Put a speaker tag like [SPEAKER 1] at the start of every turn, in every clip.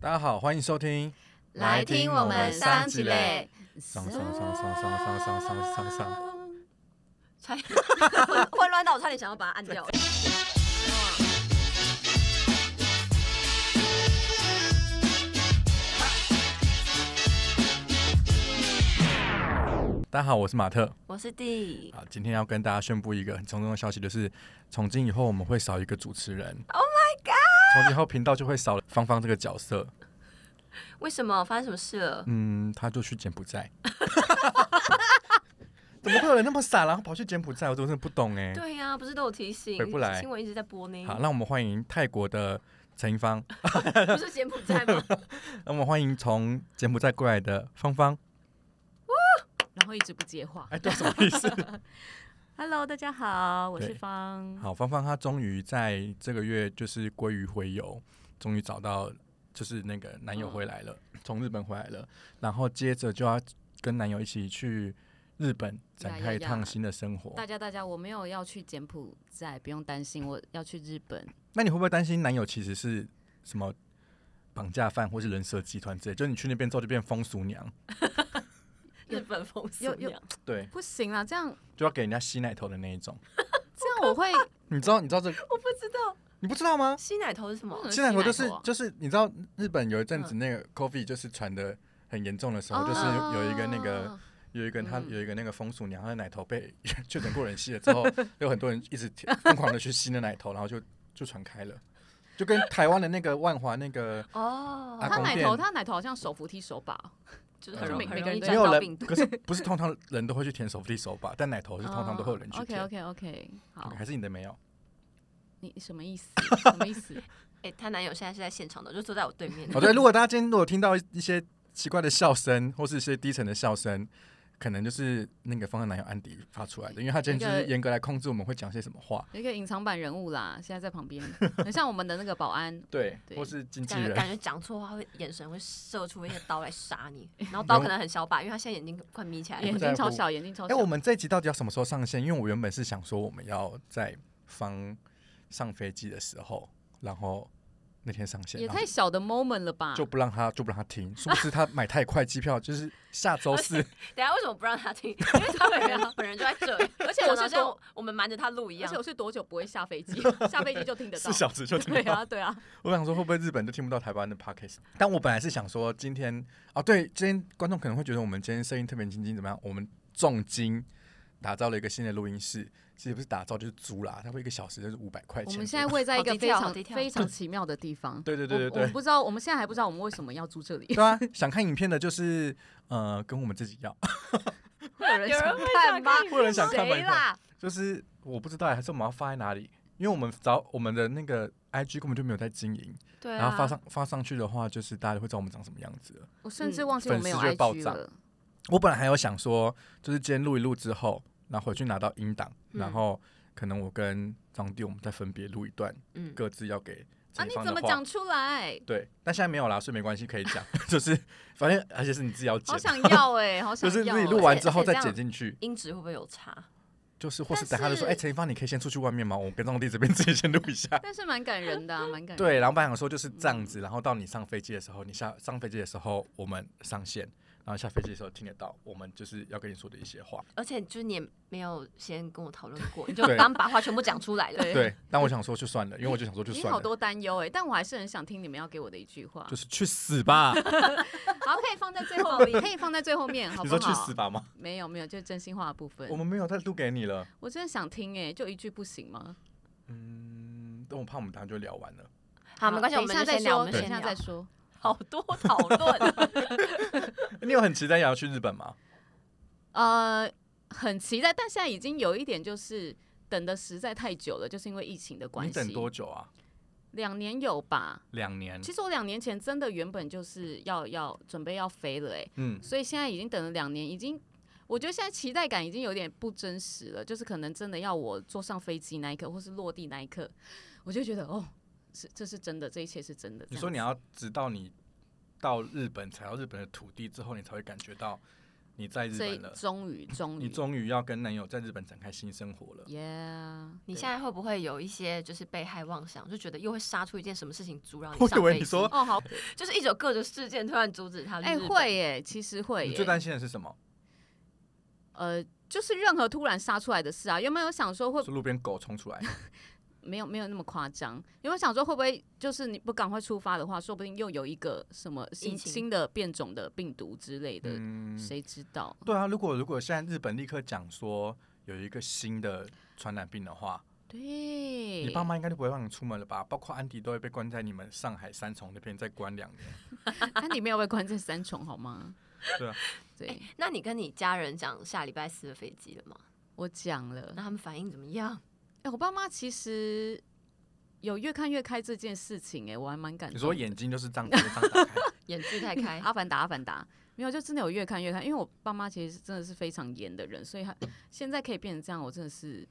[SPEAKER 1] 大家好，欢迎收听，
[SPEAKER 2] 来听我们上集嘞。
[SPEAKER 1] 上上上上上上上上上上，
[SPEAKER 2] 差点混混乱到我差点想要把它按掉。
[SPEAKER 1] 大家好，我是马特。
[SPEAKER 2] 我是 D，
[SPEAKER 1] 啊，今天要跟大家宣布一个很重要的消息，就是从今以后我们会少一个主持人。
[SPEAKER 2] Oh
[SPEAKER 1] my god！从今以后频道就会少了芳芳这个角色。
[SPEAKER 2] 为什么发生什么事了？
[SPEAKER 1] 嗯，他就去柬埔寨。怎么会有人那么傻，然后跑去柬埔寨？我真的不懂哎、
[SPEAKER 2] 对呀、不是都有提醒，
[SPEAKER 1] 回不来
[SPEAKER 2] 新闻一直在播呢。
[SPEAKER 1] 好，让我们欢迎泰国的陈一芳，
[SPEAKER 2] 不是柬埔寨吗？
[SPEAKER 1] 让我们欢迎从柬埔寨过来的芳芳。
[SPEAKER 3] 然后一直不接话。
[SPEAKER 1] 哎，对，什么意思？
[SPEAKER 3] Hello，大家好，我
[SPEAKER 1] 对
[SPEAKER 3] 是方。
[SPEAKER 1] 好，芳芳她终于在这个月就是归于回游，终于找到就是那个男友回来了，从、日本回来了，然后接着就要跟男友一起去日本展
[SPEAKER 3] 呀
[SPEAKER 1] 开一
[SPEAKER 3] 呀
[SPEAKER 1] 趟
[SPEAKER 3] 呀
[SPEAKER 1] 新的生活。
[SPEAKER 3] 大家大家，我没有要去柬埔寨，不用担心，我要去日本。
[SPEAKER 1] 那你会不会担心男友其实是什么绑架犯或是人蛇集团之类？就是你去那边之后就变风俗娘，
[SPEAKER 2] 日本风俗
[SPEAKER 3] 有有
[SPEAKER 2] 娘
[SPEAKER 1] 对，
[SPEAKER 3] 不行啦，这样
[SPEAKER 1] 就要给人家吸奶头的那一种。
[SPEAKER 3] 这样我会
[SPEAKER 1] 你知道？你知道这？
[SPEAKER 2] 我不知道
[SPEAKER 1] 你不知道吗？
[SPEAKER 2] 吸奶头是什么。
[SPEAKER 1] 吸奶头就是
[SPEAKER 3] 啊
[SPEAKER 1] 就是你知道日本有一阵子那个 coffee 就是传的很严重的时候，就是有一个那个。
[SPEAKER 3] 哦
[SPEAKER 1] 有一个他
[SPEAKER 3] 嗯
[SPEAKER 1] 有一个那个风俗娘，她的奶头被 确诊过人吸了之后， 有很多人一直贴疯狂的去吸那奶头，然后就就传开了，就跟台湾的那个万华那个
[SPEAKER 2] 哦
[SPEAKER 1] 啊
[SPEAKER 3] 他奶头，
[SPEAKER 1] 宫殿
[SPEAKER 3] 他奶头好像手扶梯手把哦，
[SPEAKER 2] 就是很容
[SPEAKER 1] 每
[SPEAKER 2] 很
[SPEAKER 3] 每个
[SPEAKER 2] 容易
[SPEAKER 3] 人
[SPEAKER 1] 没
[SPEAKER 2] 沾
[SPEAKER 3] 都
[SPEAKER 1] 有
[SPEAKER 2] 到病
[SPEAKER 1] 人，
[SPEAKER 2] 毒。
[SPEAKER 1] 呃
[SPEAKER 2] 哦
[SPEAKER 1] 可是不是通常人都会去舔手臂手把，但奶头哦是通常都会有人去
[SPEAKER 3] 哦 OK
[SPEAKER 1] 舔。
[SPEAKER 3] OK OK，好
[SPEAKER 1] OK，，还是你的没有？
[SPEAKER 3] 你什么意思？什么意思？
[SPEAKER 2] 哎，她男友现在是在现场的，就坐在我对面。
[SPEAKER 1] 哦好、对，如果大家今天如果听到一些奇怪的笑声或是一些低沉的笑声。可能就是那个方向男友安迪发出来的，因为他今天就是严格来控制我们会讲些什么话，
[SPEAKER 3] 有一个隐藏版人物啦，现在在旁边，很像我们的那个保 安。
[SPEAKER 1] 对，
[SPEAKER 3] 对
[SPEAKER 1] 或是经纪
[SPEAKER 2] 感觉
[SPEAKER 1] 人，
[SPEAKER 2] 感觉讲错话会眼神会射出一个刀来杀 你，然后刀可能很小把，因为他现在眼睛快眯起来了。
[SPEAKER 3] 眼睛超小，眼睛超
[SPEAKER 1] 哎、
[SPEAKER 3] 小。
[SPEAKER 1] 我们这一集到底要什么时候上线？因为我原本是想说我们要在方上飞机的时候，然后那天上线，
[SPEAKER 3] 也
[SPEAKER 1] 然后
[SPEAKER 3] 太小的 moment 了吧？
[SPEAKER 1] 啊就不让他就不让他听，是不是他买太快机票？就是下 周四，
[SPEAKER 2] 等一下为什么不让他听？因为他本人本人就在 这里，而
[SPEAKER 3] 且我是
[SPEAKER 2] 好像
[SPEAKER 3] 多
[SPEAKER 2] 我们瞒着他录一
[SPEAKER 3] 而
[SPEAKER 2] 样
[SPEAKER 3] 且。我是多久不会下 飞机？下飞机就听得到
[SPEAKER 1] 四。小时就听
[SPEAKER 3] 对
[SPEAKER 1] 到。
[SPEAKER 3] 啊，对啊。
[SPEAKER 1] 我想说会不会日本就听不到台湾的 podcast？但我本来是想说今天哦，对，今天观众可能会觉得我们今天声音特别清新，怎么样？我们重金打造了一个新的录音室，其实不是打造就是租啦，它会一个小时就是五百块
[SPEAKER 3] 我
[SPEAKER 1] 钱。
[SPEAKER 3] 们现在位在一
[SPEAKER 2] 好
[SPEAKER 3] 个
[SPEAKER 2] 低
[SPEAKER 3] 非
[SPEAKER 2] 调好
[SPEAKER 3] 常
[SPEAKER 2] 低调
[SPEAKER 3] 非常奇妙的地方。
[SPEAKER 1] 对对对对
[SPEAKER 3] 我
[SPEAKER 1] 对
[SPEAKER 3] 我们不知道，我们现在还不知道我们为什么要住这里。
[SPEAKER 1] 对啊，想看影片的就是呃跟我们自己要。
[SPEAKER 3] 会有
[SPEAKER 2] 有
[SPEAKER 3] 人
[SPEAKER 2] 人
[SPEAKER 3] 想
[SPEAKER 2] 会
[SPEAKER 3] 看吗？
[SPEAKER 1] 会有人想看吗
[SPEAKER 3] 谁啦？
[SPEAKER 1] 就是我不知道欸还是我们要放在哪里，因为我们找我们的那个 IG 根本就没有在经营，
[SPEAKER 2] 对啊，
[SPEAKER 1] 然后发上发上去的话，就是大家会知道我们长什么样子了。
[SPEAKER 3] 我甚至忘记我们
[SPEAKER 1] 粉
[SPEAKER 3] 有
[SPEAKER 1] 丝就会暴
[SPEAKER 3] IG
[SPEAKER 1] 涨
[SPEAKER 3] 了。
[SPEAKER 1] 我本来还有想说，就是今天录一录之后，然后回去拿到音档，
[SPEAKER 2] 嗯
[SPEAKER 1] 然后可能我跟张弟我们再分别录一段，
[SPEAKER 2] 嗯，
[SPEAKER 1] 各自要给
[SPEAKER 3] 啊，
[SPEAKER 1] 陈
[SPEAKER 3] 你
[SPEAKER 1] 芳
[SPEAKER 3] 怎
[SPEAKER 1] 的
[SPEAKER 3] 么
[SPEAKER 1] 话
[SPEAKER 3] 讲。出来？
[SPEAKER 1] 对，但现在没有啦，所以没关系，可以讲。 就是反正而且是你自己要
[SPEAKER 3] 好
[SPEAKER 1] 剪，
[SPEAKER 3] 想要哎，好
[SPEAKER 1] 就
[SPEAKER 3] 想
[SPEAKER 1] 是
[SPEAKER 3] 要
[SPEAKER 1] 自己
[SPEAKER 3] 欸。
[SPEAKER 1] 录
[SPEAKER 2] 而
[SPEAKER 1] 完
[SPEAKER 2] 且
[SPEAKER 1] 之后
[SPEAKER 2] 而且
[SPEAKER 1] 再
[SPEAKER 2] 这
[SPEAKER 1] 剪
[SPEAKER 2] 样
[SPEAKER 1] 进去，
[SPEAKER 2] 音质会不会有差？
[SPEAKER 1] 就是或是
[SPEAKER 3] 但
[SPEAKER 1] 等他就说，
[SPEAKER 3] 是
[SPEAKER 1] 哎，陈一芳，你可以先出去外面吗？我跟张弟这边自己先录一 下。
[SPEAKER 3] 但是蛮感人的啊，蛮 感人。
[SPEAKER 1] 对，然后班长说就是这样子，然后到你上飞机的时候，你下上飞机的时候我们上线，然后下飞机的时候听得到我们就是要跟你说的一些话。
[SPEAKER 2] 而且就是你也没有先跟我讨论 过，你就
[SPEAKER 1] 对
[SPEAKER 2] 刚把话全部讲出来了。
[SPEAKER 3] 对
[SPEAKER 1] 对，但我想说就算了，因为我就想说就
[SPEAKER 3] 你
[SPEAKER 1] 算
[SPEAKER 3] 好
[SPEAKER 1] 了，
[SPEAKER 3] 多担忧哎，但我还是很想听你们要给我的一句话。
[SPEAKER 1] 就是去死吧！
[SPEAKER 3] 好，可以放在 最后，可以放在最后面，好
[SPEAKER 1] 你
[SPEAKER 3] 不好？
[SPEAKER 1] 说去死吧吗？
[SPEAKER 3] 没有没有，就是真心话的部分
[SPEAKER 1] 我。们没有再录给你了，
[SPEAKER 3] 我真的想听哎，就一句不行吗？
[SPEAKER 1] 嗯，但我怕我们等下就聊完了。
[SPEAKER 2] 好，没关系，我
[SPEAKER 3] 等一
[SPEAKER 2] 们
[SPEAKER 3] 下
[SPEAKER 2] 就
[SPEAKER 3] 再
[SPEAKER 2] 先聊，我
[SPEAKER 3] 说，
[SPEAKER 2] 们
[SPEAKER 3] 等一
[SPEAKER 2] 先
[SPEAKER 3] 下
[SPEAKER 2] 聊
[SPEAKER 3] 再。说。
[SPEAKER 2] 好多讨 论，
[SPEAKER 1] 你有很期待要去日本吗？
[SPEAKER 3] 呃，很期待，但现在已经有一点就是等的实在太久了，就是因为疫情的关
[SPEAKER 1] 你
[SPEAKER 3] 系。
[SPEAKER 1] 等多嗯久啊？
[SPEAKER 3] 两年有吧？
[SPEAKER 1] 两年。
[SPEAKER 3] 其实我两年前真的原本就是要要准备要飞了哎、
[SPEAKER 1] 嗯，
[SPEAKER 3] 所以现在已经等了两年，已经我觉得现在期待感已经有点不真实了，就是可能真的要我坐上飞机那一刻，或是落地那一刻，我就觉得哦，是这是真的，这一切是真的。
[SPEAKER 1] 你说你
[SPEAKER 3] 这样
[SPEAKER 1] 要直到你到日本踩到日本的土地之后，你才会感觉到你在日
[SPEAKER 3] 所以
[SPEAKER 1] 本了，
[SPEAKER 3] 终于终
[SPEAKER 1] 你
[SPEAKER 3] 于
[SPEAKER 1] 终于要跟男友在日本展开新生活了。
[SPEAKER 3] ，Yeah，
[SPEAKER 2] 你现在会不会有一些就是被害妄想，就觉得又会杀出一件什么事情阻扰你
[SPEAKER 1] 我
[SPEAKER 2] 上
[SPEAKER 1] 以
[SPEAKER 2] 飞机？
[SPEAKER 1] 为你说
[SPEAKER 3] 哦好，
[SPEAKER 2] 就是一直有各种事件突然阻止他。
[SPEAKER 3] 哎、
[SPEAKER 2] 就是
[SPEAKER 3] 会耶，其实会
[SPEAKER 1] 你
[SPEAKER 3] 耶，
[SPEAKER 1] 最担心的是什么？
[SPEAKER 3] 呃，就是任何突然杀出来的事啊，原本有想说会
[SPEAKER 1] 是路边狗冲出来，
[SPEAKER 3] 没有没有那么夸张，因为我想说会不会就是你不赶快出发的话，说不定又有一个什么新
[SPEAKER 2] 疫情
[SPEAKER 3] 新的变种的病毒之类的，
[SPEAKER 1] 嗯，
[SPEAKER 3] 谁知道？
[SPEAKER 1] 对啊，如果如果现在日本立刻讲说有一个新的传染病的话，
[SPEAKER 3] 对，
[SPEAKER 1] 你爸妈应该就不会让你出门了吧？包括安迪都会被关在你们上海三重那边再关两年。
[SPEAKER 3] 啊那你没有被关在三重好吗？
[SPEAKER 1] 对啊，
[SPEAKER 3] 对，
[SPEAKER 2] 那你跟你家人讲下礼拜四的飞机了吗？
[SPEAKER 3] 我讲了。
[SPEAKER 2] 那他们反应怎么样？
[SPEAKER 3] 哎、我爸妈其实有越看越开这件事情、哎，我还蛮感
[SPEAKER 1] 你
[SPEAKER 3] 动的。
[SPEAKER 1] 说眼睛就是这样子这样打 开，
[SPEAKER 2] 眼距 太开，
[SPEAKER 3] 阿凡达，阿凡达，没有，就真的有越看越看，因为我爸妈其实真的是非常严的人，所以他现在可以变成这样，我真的是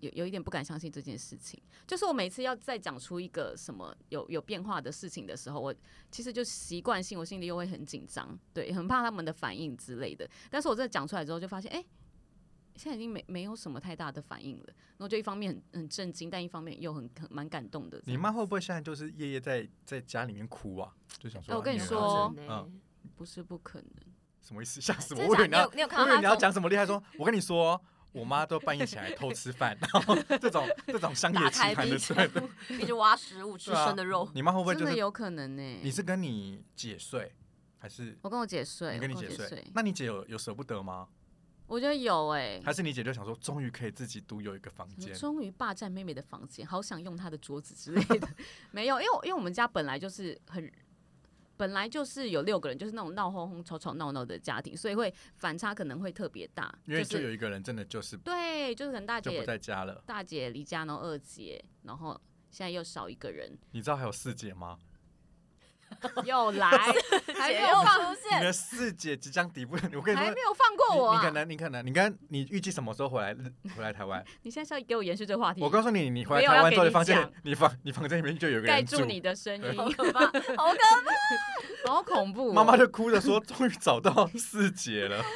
[SPEAKER 3] 有有一点不敢相信这件事情。就是我每次要再讲出一个什么有有变化的事情的时候，我其实就习惯性，我心里又会很紧张，对，很怕他们的反应之类的。但是我真的讲出来之后，就发现，哎、现在已经没没有什么太大的反应了，然后就一方面很很震惊，但一方面又很很蛮感动的这样子。
[SPEAKER 1] 你妈会不会现在就是夜夜在在家里面哭啊？就想
[SPEAKER 2] 哦
[SPEAKER 1] 说，
[SPEAKER 3] 哎我跟你
[SPEAKER 1] 女儿
[SPEAKER 3] 说
[SPEAKER 1] 好像
[SPEAKER 2] 真的
[SPEAKER 1] 嗯
[SPEAKER 3] 不是不可能。
[SPEAKER 1] 什么意思？吓死我！
[SPEAKER 2] 啊嗯真
[SPEAKER 1] 我
[SPEAKER 2] 的
[SPEAKER 1] 以
[SPEAKER 2] 假
[SPEAKER 1] 为你要
[SPEAKER 2] 的你有，你有看
[SPEAKER 1] 我
[SPEAKER 2] 到
[SPEAKER 1] 以为
[SPEAKER 2] 他
[SPEAKER 1] 你要
[SPEAKER 2] 从
[SPEAKER 1] 讲什么厉害，说我跟你说，我妈都半夜起来偷吃饭，然后这种这种商业
[SPEAKER 2] 打
[SPEAKER 1] 集
[SPEAKER 2] 开
[SPEAKER 1] 团
[SPEAKER 2] 冰
[SPEAKER 1] 的
[SPEAKER 2] 箱
[SPEAKER 1] 对，对，
[SPEAKER 2] 一直挖食物吃
[SPEAKER 1] 对啊
[SPEAKER 2] 生的肉。
[SPEAKER 1] 你妈会不会
[SPEAKER 3] 真
[SPEAKER 1] 就
[SPEAKER 3] 的
[SPEAKER 1] 是
[SPEAKER 3] 有可能呢、
[SPEAKER 1] 你是跟你姐睡还是
[SPEAKER 3] 我跟我姐睡，
[SPEAKER 1] 你跟你
[SPEAKER 3] 我
[SPEAKER 1] 姐
[SPEAKER 3] 我姐
[SPEAKER 1] 睡？那你姐有有舍不得吗？
[SPEAKER 3] 我觉得有哎、
[SPEAKER 1] 还是你姐就想说，终于可以自己独有一个房
[SPEAKER 3] 我
[SPEAKER 1] 间？
[SPEAKER 3] 终于霸占妹妹的房间，好想用她的桌子之类的。 没有，因为我因为我们家本来就是很，本来就是有六个人，就是那种闹哄哄、吵吵闹闹的家庭，所以会反差可能会特别大。
[SPEAKER 1] 因为
[SPEAKER 3] 就
[SPEAKER 1] 就是有一个人真的就是
[SPEAKER 3] 对，就是可能大
[SPEAKER 1] 就不
[SPEAKER 3] 姐
[SPEAKER 1] 在家了。
[SPEAKER 3] 大姐离家，然后二姐，然后现在又少一个人，
[SPEAKER 1] 你知道还有四姐吗？
[SPEAKER 3] 又来，还没
[SPEAKER 2] 姐
[SPEAKER 3] 有
[SPEAKER 2] 又
[SPEAKER 3] 放，
[SPEAKER 2] 出
[SPEAKER 1] 你
[SPEAKER 2] 现，
[SPEAKER 1] 的四姐即将抵不了你。 我跟你
[SPEAKER 3] 还
[SPEAKER 1] 说
[SPEAKER 3] 没，有放过我、
[SPEAKER 1] 你
[SPEAKER 3] 啊。
[SPEAKER 1] 你可能你可能你跟你预计什么时候回来日回来台湾？
[SPEAKER 3] 你现在是要给我延续这个话题，
[SPEAKER 1] 我告诉你，你回
[SPEAKER 3] 没
[SPEAKER 1] 来
[SPEAKER 3] 有
[SPEAKER 1] 台
[SPEAKER 3] 要
[SPEAKER 1] 湾
[SPEAKER 3] 给
[SPEAKER 1] 之后，
[SPEAKER 3] 你
[SPEAKER 1] 你发现
[SPEAKER 3] 讲
[SPEAKER 1] 你房你 房间里面就有一个
[SPEAKER 3] 盖
[SPEAKER 1] 人
[SPEAKER 3] 住你的声
[SPEAKER 1] 对
[SPEAKER 3] 音，
[SPEAKER 2] 好 可怕，好可怕，
[SPEAKER 3] 好恐怖、哦。
[SPEAKER 1] 妈妈就哭着说：“ 终于找到四姐了。
[SPEAKER 3] 怖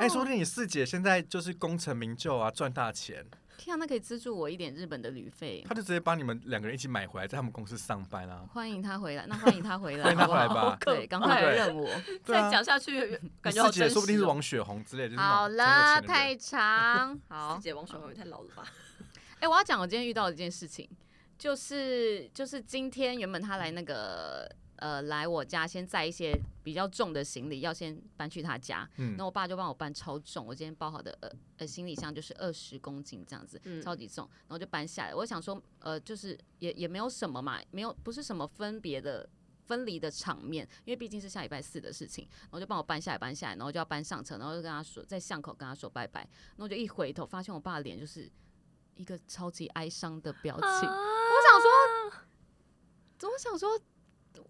[SPEAKER 1] 哎、说不定你四姐现在就是功成名就啊，赚大钱，
[SPEAKER 3] 天啊，那可以资助我一点日本的旅费。
[SPEAKER 1] 她就直接把你们两个人一起买回来，在他们公司上班啊。
[SPEAKER 3] 欢迎他回来，那欢迎他回来，
[SPEAKER 1] 欢迎他
[SPEAKER 3] 好不好
[SPEAKER 1] 回来吧好
[SPEAKER 2] 可
[SPEAKER 3] 对，赶
[SPEAKER 1] 怕
[SPEAKER 3] 快来
[SPEAKER 1] 对
[SPEAKER 3] 认我。
[SPEAKER 1] 对啊
[SPEAKER 2] 再，讲 下去
[SPEAKER 1] 你
[SPEAKER 2] 感觉好
[SPEAKER 1] 四姐
[SPEAKER 2] 真
[SPEAKER 1] 说不定
[SPEAKER 2] 实
[SPEAKER 1] 是
[SPEAKER 2] 哦。
[SPEAKER 1] 王雪红之类，就是那
[SPEAKER 3] 好
[SPEAKER 1] 种很有
[SPEAKER 3] 了，
[SPEAKER 1] 钱的人
[SPEAKER 3] 太长。好
[SPEAKER 2] 四，姐王
[SPEAKER 1] 啊
[SPEAKER 2] 守恒也太老了吧？
[SPEAKER 3] 哎、我要讲我今天遇到的一件事情，就是就是今天原本他来那个呃来我家，先载一些比较重的行李，要先搬去他家。那
[SPEAKER 1] 嗯，
[SPEAKER 3] 我爸就帮我搬超重，我今天包好的呃呃行李箱就是二十公斤这样子，
[SPEAKER 2] 嗯
[SPEAKER 3] 超级重，然后就搬下来。我想说，呃，就是也也没有什么嘛，没有不是什么分别的分离的场面，因为毕竟是下礼拜四的事情，然后就帮我搬下来搬下来，然后就要搬上车，然后就跟他说在巷口跟他说拜拜，然后我就一回头发现我爸的脸就是一个超级哀伤的表情，
[SPEAKER 2] 啊
[SPEAKER 1] 啊
[SPEAKER 2] 我
[SPEAKER 3] 我想说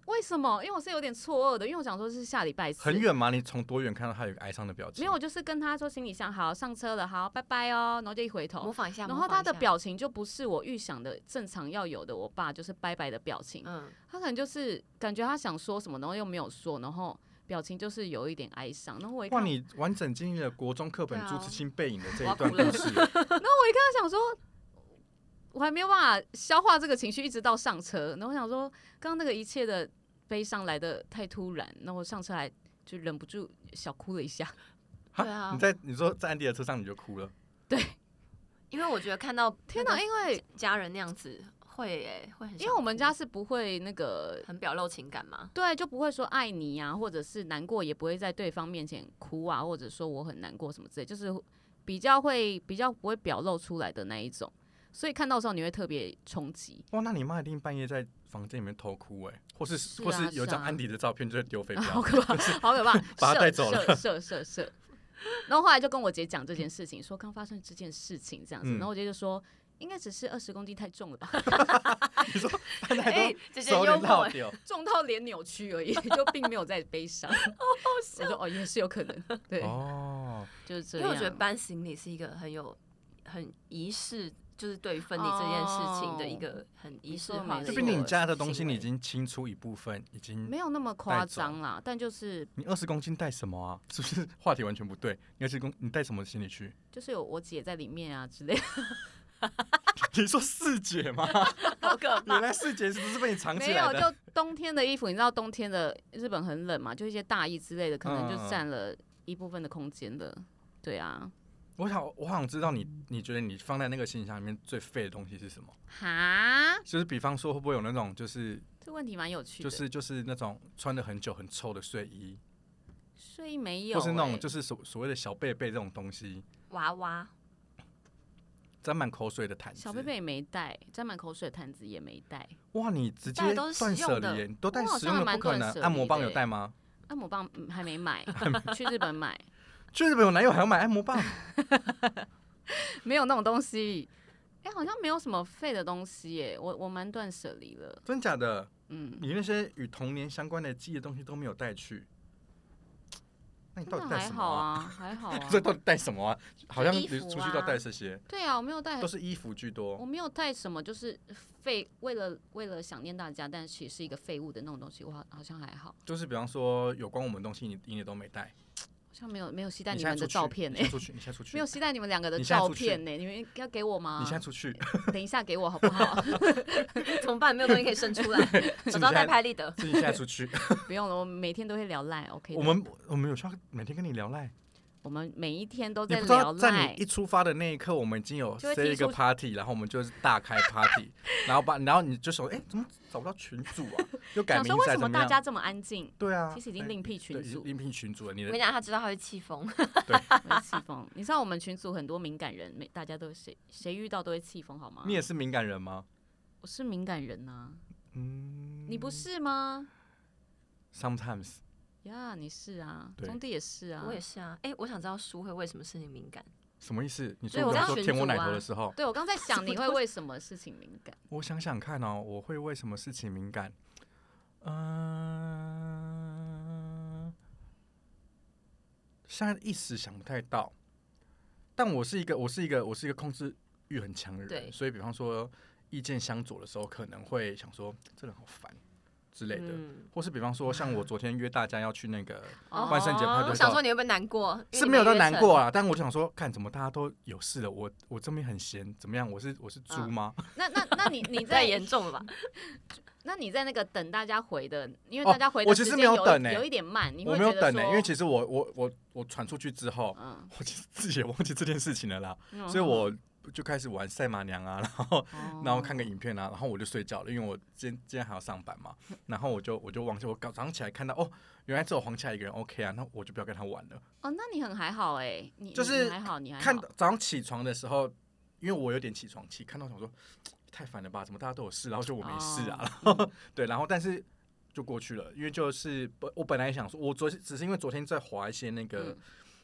[SPEAKER 3] 为什么？因为我是有点错愕的，因为我想说是下礼拜四，
[SPEAKER 1] 很远吗？你从多远看到她有一个哀伤的表情？
[SPEAKER 3] 没有，我就是跟他说行李箱好上车了，好拜拜哦，然后就一回头
[SPEAKER 2] 模仿一下，
[SPEAKER 3] 然
[SPEAKER 2] 模
[SPEAKER 3] 后
[SPEAKER 2] 仿
[SPEAKER 3] 他
[SPEAKER 2] 一
[SPEAKER 3] 的
[SPEAKER 2] 下，
[SPEAKER 3] 表情就不是我预想的正常要有的，我爸就是拜拜的表情，
[SPEAKER 2] 嗯，
[SPEAKER 3] 他可能就是感觉他想说什么，然后又没有说，然后表情就是有一点哀伤。然后我一
[SPEAKER 1] 哇，
[SPEAKER 3] 看，
[SPEAKER 1] 你完整经历了国中课本
[SPEAKER 2] 对啊
[SPEAKER 1] 朱自清背影的这
[SPEAKER 2] 我
[SPEAKER 1] 一
[SPEAKER 2] 要
[SPEAKER 1] 段
[SPEAKER 2] 哭
[SPEAKER 1] 故
[SPEAKER 2] 了
[SPEAKER 1] 事，
[SPEAKER 3] 他想说，我还没有办法消化这个情绪，一直到上车。然后我想说，刚刚那个一切的悲伤来的太突然，然后我上车还就忍不住小哭了一下。
[SPEAKER 1] 哈
[SPEAKER 2] 对啊
[SPEAKER 1] 你在你说在安迪的车上你就哭了，
[SPEAKER 2] 因为我觉得 看到
[SPEAKER 3] 天
[SPEAKER 2] 那
[SPEAKER 3] 哪，
[SPEAKER 1] 哎
[SPEAKER 2] 个
[SPEAKER 3] 因为
[SPEAKER 2] 家人那样子会诶，会很
[SPEAKER 3] 因为我们
[SPEAKER 2] 想
[SPEAKER 3] 家是不会那个
[SPEAKER 2] 哭很表露情感 嘛，
[SPEAKER 3] 对，就不会说爱你呀、或者是难过，也不会在对方面前哭啊，或者说我很难过什么之类，就是比较会比较不会表露出来的那一种。所以看到的时候你会特别冲击，
[SPEAKER 1] 哇，那你妈一定半夜在房间里面偷哭哎、或是
[SPEAKER 3] 是
[SPEAKER 1] 或
[SPEAKER 3] 啊
[SPEAKER 1] 是有一
[SPEAKER 3] 是
[SPEAKER 1] 张
[SPEAKER 3] 啊
[SPEAKER 1] 安迪的照片就丢飞镖
[SPEAKER 3] 好，可怕，好可怕，
[SPEAKER 1] 把他
[SPEAKER 3] 射
[SPEAKER 1] 带走了
[SPEAKER 3] 射射射射。然后后来就跟我姐讲这件事情，说刚发生这件事情这样子，
[SPEAKER 1] 嗯
[SPEAKER 3] 然后我姐就说应该只是二十公斤太重了吧，
[SPEAKER 1] 你说大家
[SPEAKER 2] 哎
[SPEAKER 1] 都，
[SPEAKER 2] 姐姐
[SPEAKER 1] 手里
[SPEAKER 2] 幽默
[SPEAKER 1] 落
[SPEAKER 2] 欸，
[SPEAKER 1] 掉，
[SPEAKER 3] 重到脸扭曲而已， 就并没有在 悲伤。我说哦，也是有可能，对，
[SPEAKER 1] 哦，
[SPEAKER 3] 就是这
[SPEAKER 2] 因
[SPEAKER 3] 样。
[SPEAKER 2] 为我觉得搬行李是一个很有很仪式就是对于分离这件事情的一个很仪式化
[SPEAKER 3] 你
[SPEAKER 2] 的
[SPEAKER 1] 就
[SPEAKER 3] 说
[SPEAKER 1] 毕
[SPEAKER 2] 一
[SPEAKER 3] 没错
[SPEAKER 1] 竟
[SPEAKER 2] 个
[SPEAKER 1] 你家的东西
[SPEAKER 2] 行
[SPEAKER 1] 你
[SPEAKER 2] 为
[SPEAKER 1] 已经清出一部分，已经
[SPEAKER 3] 没有那么夸张啦，但就是
[SPEAKER 1] 你二十公斤带什么啊？是不是话题完全不对？你二十公你带什么行李去？
[SPEAKER 3] 就是有我姐在里面啊之类的，
[SPEAKER 1] 你说四姐吗？
[SPEAKER 2] 好可怕
[SPEAKER 1] 原。来四姐是不是被你藏起
[SPEAKER 3] 没
[SPEAKER 1] 来
[SPEAKER 3] 有
[SPEAKER 1] 的？
[SPEAKER 3] 就冬天的衣服，你知道冬天的日本很冷嘛，就一些大衣之类的，可
[SPEAKER 1] 嗯
[SPEAKER 3] 能
[SPEAKER 1] 嗯嗯
[SPEAKER 3] 就占了一部分的空间的。对啊，
[SPEAKER 1] 我想我想知道你你觉得你放在那个行李箱里面最废的东西是什么？
[SPEAKER 3] 哈，
[SPEAKER 1] 就是比方说会不会有那种就是
[SPEAKER 3] 这问题蛮有趣的。
[SPEAKER 1] 就是就是那种穿的很久很臭的睡衣，
[SPEAKER 3] 睡衣没有、
[SPEAKER 1] 或
[SPEAKER 3] 欸，
[SPEAKER 1] 是那种就是所所谓的小贝贝这种东西，
[SPEAKER 2] 娃娃，
[SPEAKER 1] 沾满口水的毯子。
[SPEAKER 3] 小贝贝也没带，沾满口水的毯子也没带，
[SPEAKER 1] 哇，你直接
[SPEAKER 2] 带都是
[SPEAKER 1] 断
[SPEAKER 2] 实用
[SPEAKER 1] 舍
[SPEAKER 2] 的
[SPEAKER 1] 离耶，你都带
[SPEAKER 3] 我好
[SPEAKER 1] 实
[SPEAKER 3] 像
[SPEAKER 1] 用的
[SPEAKER 3] 还
[SPEAKER 1] 不可
[SPEAKER 3] 蛮断
[SPEAKER 1] 能。
[SPEAKER 3] 舍
[SPEAKER 1] 按摩
[SPEAKER 3] 离
[SPEAKER 1] 棒
[SPEAKER 3] 的欸
[SPEAKER 1] 有
[SPEAKER 3] 耶
[SPEAKER 1] 带吗？
[SPEAKER 3] 按摩棒嗯还没买，去日本买，
[SPEAKER 1] 去日本有男友还要买按摩 棒？
[SPEAKER 3] 没有那种东西。哎、好像没有什么废的东西耶、我我蛮断舍离了，
[SPEAKER 1] 真假的？
[SPEAKER 3] 嗯，
[SPEAKER 1] 你那些与童年相关的记忆的东西都没有带去，那你到
[SPEAKER 3] 真的
[SPEAKER 1] 底带
[SPEAKER 3] 还
[SPEAKER 1] 什么、，
[SPEAKER 3] 好？啊，还好啊
[SPEAKER 1] 这到底带什么啊？好像
[SPEAKER 2] 就
[SPEAKER 1] 你
[SPEAKER 2] 衣服
[SPEAKER 1] 出去都
[SPEAKER 2] 啊
[SPEAKER 1] 带这些，
[SPEAKER 3] 对啊，我没有带
[SPEAKER 1] 都，是衣服居
[SPEAKER 3] 我
[SPEAKER 1] 多。
[SPEAKER 3] 没有带什么，就是废，为了为了想念大家，但其实是一个废物的那种东西，我好好像还好，
[SPEAKER 1] 就是比方说有关我们的东西你，你也都没带。
[SPEAKER 3] 好像没有没有携带
[SPEAKER 1] 你
[SPEAKER 3] 你
[SPEAKER 1] 现在
[SPEAKER 3] 们的
[SPEAKER 1] 出去
[SPEAKER 3] 照片
[SPEAKER 1] 你
[SPEAKER 3] 呢、
[SPEAKER 1] 现在出去，你现在出去，
[SPEAKER 3] 没有啊携带你们两个的
[SPEAKER 1] 你现在
[SPEAKER 3] 照
[SPEAKER 1] 出去
[SPEAKER 3] 片呢、欸你们要给我吗？
[SPEAKER 1] 你现在出 去，
[SPEAKER 3] 等一下给我好不好？
[SPEAKER 2] 怎么办？没有东西可以伸 出来，我知道带拍立得。
[SPEAKER 1] 自己现在出去。
[SPEAKER 3] 不用了，我每天都会聊赖，OK 的。
[SPEAKER 1] 我们我们有需要每天跟你聊赖，
[SPEAKER 3] 我们每一天都
[SPEAKER 1] 你
[SPEAKER 3] 在
[SPEAKER 1] 不知道
[SPEAKER 3] 聊
[SPEAKER 1] 在
[SPEAKER 3] 赖
[SPEAKER 1] 你一，出发的那一刻，我们已经有
[SPEAKER 3] 就会
[SPEAKER 1] set 一
[SPEAKER 3] 踢
[SPEAKER 1] 个
[SPEAKER 3] 出去
[SPEAKER 1] party，然后我们就是大开 party，然后把然后你就想，哎、怎么找不到群主啊？又改
[SPEAKER 3] 想
[SPEAKER 1] 名
[SPEAKER 3] 说
[SPEAKER 1] 字
[SPEAKER 3] 为
[SPEAKER 1] 还
[SPEAKER 3] 什
[SPEAKER 1] 是怎
[SPEAKER 3] 么
[SPEAKER 1] 么
[SPEAKER 3] 大
[SPEAKER 1] 样？
[SPEAKER 3] 家这么安静？
[SPEAKER 1] 对啊，
[SPEAKER 3] 其实已经
[SPEAKER 1] 哎
[SPEAKER 3] 另辟
[SPEAKER 1] 对
[SPEAKER 3] 群
[SPEAKER 1] 已经
[SPEAKER 3] 组，
[SPEAKER 1] 另辟群组了。你
[SPEAKER 2] 我
[SPEAKER 1] 的
[SPEAKER 2] 跟你讲，他知道他会气疯，
[SPEAKER 3] 我会气疯。 你知道我们群组很多敏感人，每大家都谁谁遇到都会气疯，好吗？
[SPEAKER 1] 你也是敏感人吗？
[SPEAKER 3] 我是敏感人呐、
[SPEAKER 1] 嗯
[SPEAKER 3] 你不是吗？
[SPEAKER 1] ？Sometimes
[SPEAKER 3] 呀、你是啊，
[SPEAKER 1] 对
[SPEAKER 3] 中弟也是啊，
[SPEAKER 2] 我也是啊。哎，我想知道书慧为什么事情敏感，
[SPEAKER 1] 什么意思？你
[SPEAKER 2] 所以
[SPEAKER 1] 说
[SPEAKER 2] 我
[SPEAKER 1] 比方
[SPEAKER 2] 在
[SPEAKER 1] 说
[SPEAKER 2] 群
[SPEAKER 1] 舔我
[SPEAKER 2] 组
[SPEAKER 1] 奶
[SPEAKER 2] 啊
[SPEAKER 1] 头的时候，
[SPEAKER 3] 对我 刚才
[SPEAKER 1] 什
[SPEAKER 3] 想
[SPEAKER 1] 么
[SPEAKER 3] 你会为什么事情敏感？
[SPEAKER 1] 我想想看哦，我会为什么事情敏感？嗯、现在一时想不太到，但我是一个，我是一个，我是一个控制欲很强的人，
[SPEAKER 2] 对
[SPEAKER 1] 所以比方说意见相左的时候，可能会想说这人好烦之类的，
[SPEAKER 2] 嗯，
[SPEAKER 1] 或是比方说像 我昨天约大家要去那个
[SPEAKER 2] 哦
[SPEAKER 1] 万圣节派对
[SPEAKER 2] 我
[SPEAKER 1] 照
[SPEAKER 2] 想说你会不会难过？因为
[SPEAKER 1] 是
[SPEAKER 2] 你
[SPEAKER 1] 没有到
[SPEAKER 2] 约
[SPEAKER 1] 难
[SPEAKER 2] 成
[SPEAKER 1] 过。啊，但我就想说，看怎么大家都有事了，我我这边很闲，怎么样？我是我是猪
[SPEAKER 3] 嗯
[SPEAKER 1] 吗？
[SPEAKER 3] 那那 那你你
[SPEAKER 2] 太
[SPEAKER 3] 在
[SPEAKER 2] 严重了吧？
[SPEAKER 3] 那你在那个等大家回的，因为
[SPEAKER 1] 哦
[SPEAKER 3] 大家回
[SPEAKER 1] 我
[SPEAKER 3] 的
[SPEAKER 1] 其
[SPEAKER 3] 时
[SPEAKER 1] 实
[SPEAKER 3] 间
[SPEAKER 1] 没有
[SPEAKER 3] 有一
[SPEAKER 1] 等欸
[SPEAKER 3] 有一点慢，你
[SPEAKER 1] 我
[SPEAKER 3] 会
[SPEAKER 1] 没有
[SPEAKER 3] 觉得
[SPEAKER 1] 等呢、
[SPEAKER 3] 说
[SPEAKER 1] 因为其实我我我我传出去之后，
[SPEAKER 3] 嗯
[SPEAKER 1] 我其实自己也忘记这件事情了啦，
[SPEAKER 3] 嗯，
[SPEAKER 1] 所以我就开始玩赛马娘啊，然后
[SPEAKER 3] 哦
[SPEAKER 1] 然后看个影片啊，然后我就睡觉了，因为我今天今天还要上班 嘛，然后我就我就忘记，我早上起来看到哦，原来只有黄起来一个人 OK 啊，那我就不要跟他玩了。
[SPEAKER 3] 哦，那你很还好哎、你
[SPEAKER 1] 就是
[SPEAKER 3] 你你还好，你还好
[SPEAKER 1] 看到早上起床的时候，因为我有点起床气，看到想说太烦了吧，怎么大家都有事，然后就我没事啊，
[SPEAKER 3] 哦
[SPEAKER 1] 然后 对，然后但是就过去了，因为就是本我本来想说，我昨天只是因为昨天在划一些那个、
[SPEAKER 3] 嗯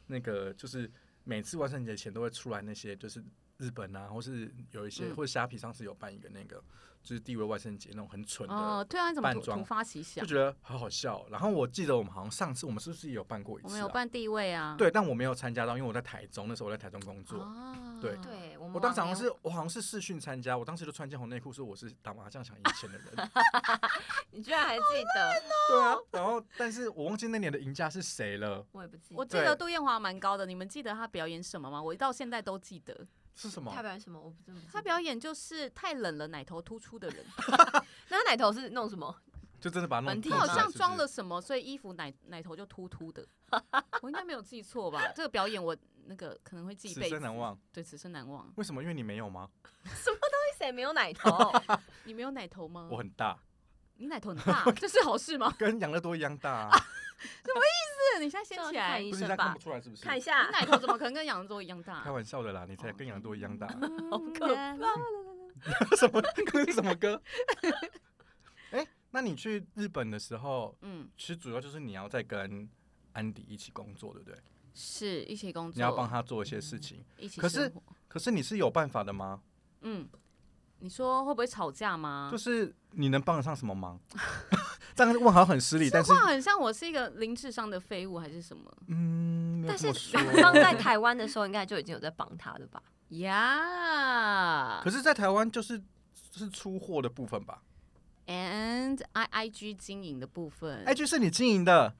[SPEAKER 1] 那个，就是每次万圣节前都会出来那些就是。日本啊，或是有一些，
[SPEAKER 3] 嗯
[SPEAKER 1] 或者虾皮上次有办一个那个，就是地位万圣节那种很蠢的，
[SPEAKER 3] 哦，对啊，你怎么
[SPEAKER 1] 扮
[SPEAKER 3] 突
[SPEAKER 1] 装
[SPEAKER 3] 突发奇
[SPEAKER 1] 就
[SPEAKER 3] 想？
[SPEAKER 1] 觉得好好笑。哦然后我记得我们好像上次我们是不是也有办过一次、啊？
[SPEAKER 3] 我们有办地位啊，
[SPEAKER 1] 对，但我没有参加到，因为我在台中，那时候我在台中工作。
[SPEAKER 3] 啊，
[SPEAKER 1] 对
[SPEAKER 2] 对，我们
[SPEAKER 1] 我当时好
[SPEAKER 2] 网
[SPEAKER 1] 像
[SPEAKER 2] 友
[SPEAKER 1] 是我好像是试训参加，我当时就穿件红内裤，说我是打麻将想赢钱的人。
[SPEAKER 2] 你居然还记得，
[SPEAKER 1] 对啊，然后但是我忘记那年的赢家是谁了，
[SPEAKER 2] 我也不记
[SPEAKER 3] 我
[SPEAKER 2] 得。
[SPEAKER 3] 记得杜艳华蛮高的，你们记得她表演什么吗？我到现在都记得，
[SPEAKER 1] 是什么
[SPEAKER 2] 他？表演什么？我不真的不记得。
[SPEAKER 3] 她表演就是太冷了，奶头突出的人，
[SPEAKER 2] 那他奶头是弄什 么？
[SPEAKER 1] 就真的把它弄
[SPEAKER 2] 本体
[SPEAKER 1] 出
[SPEAKER 3] 她
[SPEAKER 1] 来
[SPEAKER 2] 吗
[SPEAKER 3] 好
[SPEAKER 1] 是不
[SPEAKER 3] 像
[SPEAKER 1] 是
[SPEAKER 3] 装了什么，所以衣服奶奶头就突 突的。我应该没有记错吧？这个表演我那个可能会记一
[SPEAKER 1] 此
[SPEAKER 3] 辈子，
[SPEAKER 1] 生难，忘。
[SPEAKER 3] 对，此生难忘。
[SPEAKER 1] 为什么？因为你没有吗？
[SPEAKER 2] 为谁没有奶头？
[SPEAKER 3] 你没有奶头吗
[SPEAKER 1] 我？很大，
[SPEAKER 3] 你奶头很大，这是好事吗？
[SPEAKER 1] 跟养乐多一样大、啊，
[SPEAKER 3] 是你现在
[SPEAKER 2] 这要去
[SPEAKER 3] 掀起
[SPEAKER 2] 看
[SPEAKER 3] 来，
[SPEAKER 2] 医
[SPEAKER 1] 不是
[SPEAKER 2] 生
[SPEAKER 1] 人家看
[SPEAKER 2] 吧
[SPEAKER 1] 不？出来是不是？
[SPEAKER 2] 看一
[SPEAKER 3] 你
[SPEAKER 2] 下，
[SPEAKER 3] 奶头怎么可能跟羊肉一样大
[SPEAKER 1] 开？玩啊笑的啦，你才
[SPEAKER 3] 哦
[SPEAKER 1] 跟养乐多一样大。
[SPEAKER 3] 好
[SPEAKER 2] 可
[SPEAKER 3] 怕！
[SPEAKER 1] 什么歌？什么歌？哎、那你去日本的时候，
[SPEAKER 3] 嗯，
[SPEAKER 1] 其实主要就是你要在跟安迪一起工作，对不对？
[SPEAKER 3] 是一起工作，嗯
[SPEAKER 1] 你要帮他做一些事情。
[SPEAKER 3] 一起
[SPEAKER 1] 可是
[SPEAKER 3] 生活。
[SPEAKER 1] 可是你是有办法的吗？
[SPEAKER 3] 嗯，你说会不会吵架吗？
[SPEAKER 1] 就是是你能帮得上什么忙？ 这样问好像很失礼，但是
[SPEAKER 3] 话很像我是一个零智商的废物还是什么？
[SPEAKER 1] 嗯，没有
[SPEAKER 2] 但
[SPEAKER 1] 这么
[SPEAKER 2] 是
[SPEAKER 1] 说
[SPEAKER 2] 刚在台湾的时候，应该就已经有在帮他了吧？
[SPEAKER 3] 呀、
[SPEAKER 1] 可是，在台湾就是是出货的部分吧
[SPEAKER 3] And I I G 经营的部分，
[SPEAKER 1] ？IG 哎是你经营的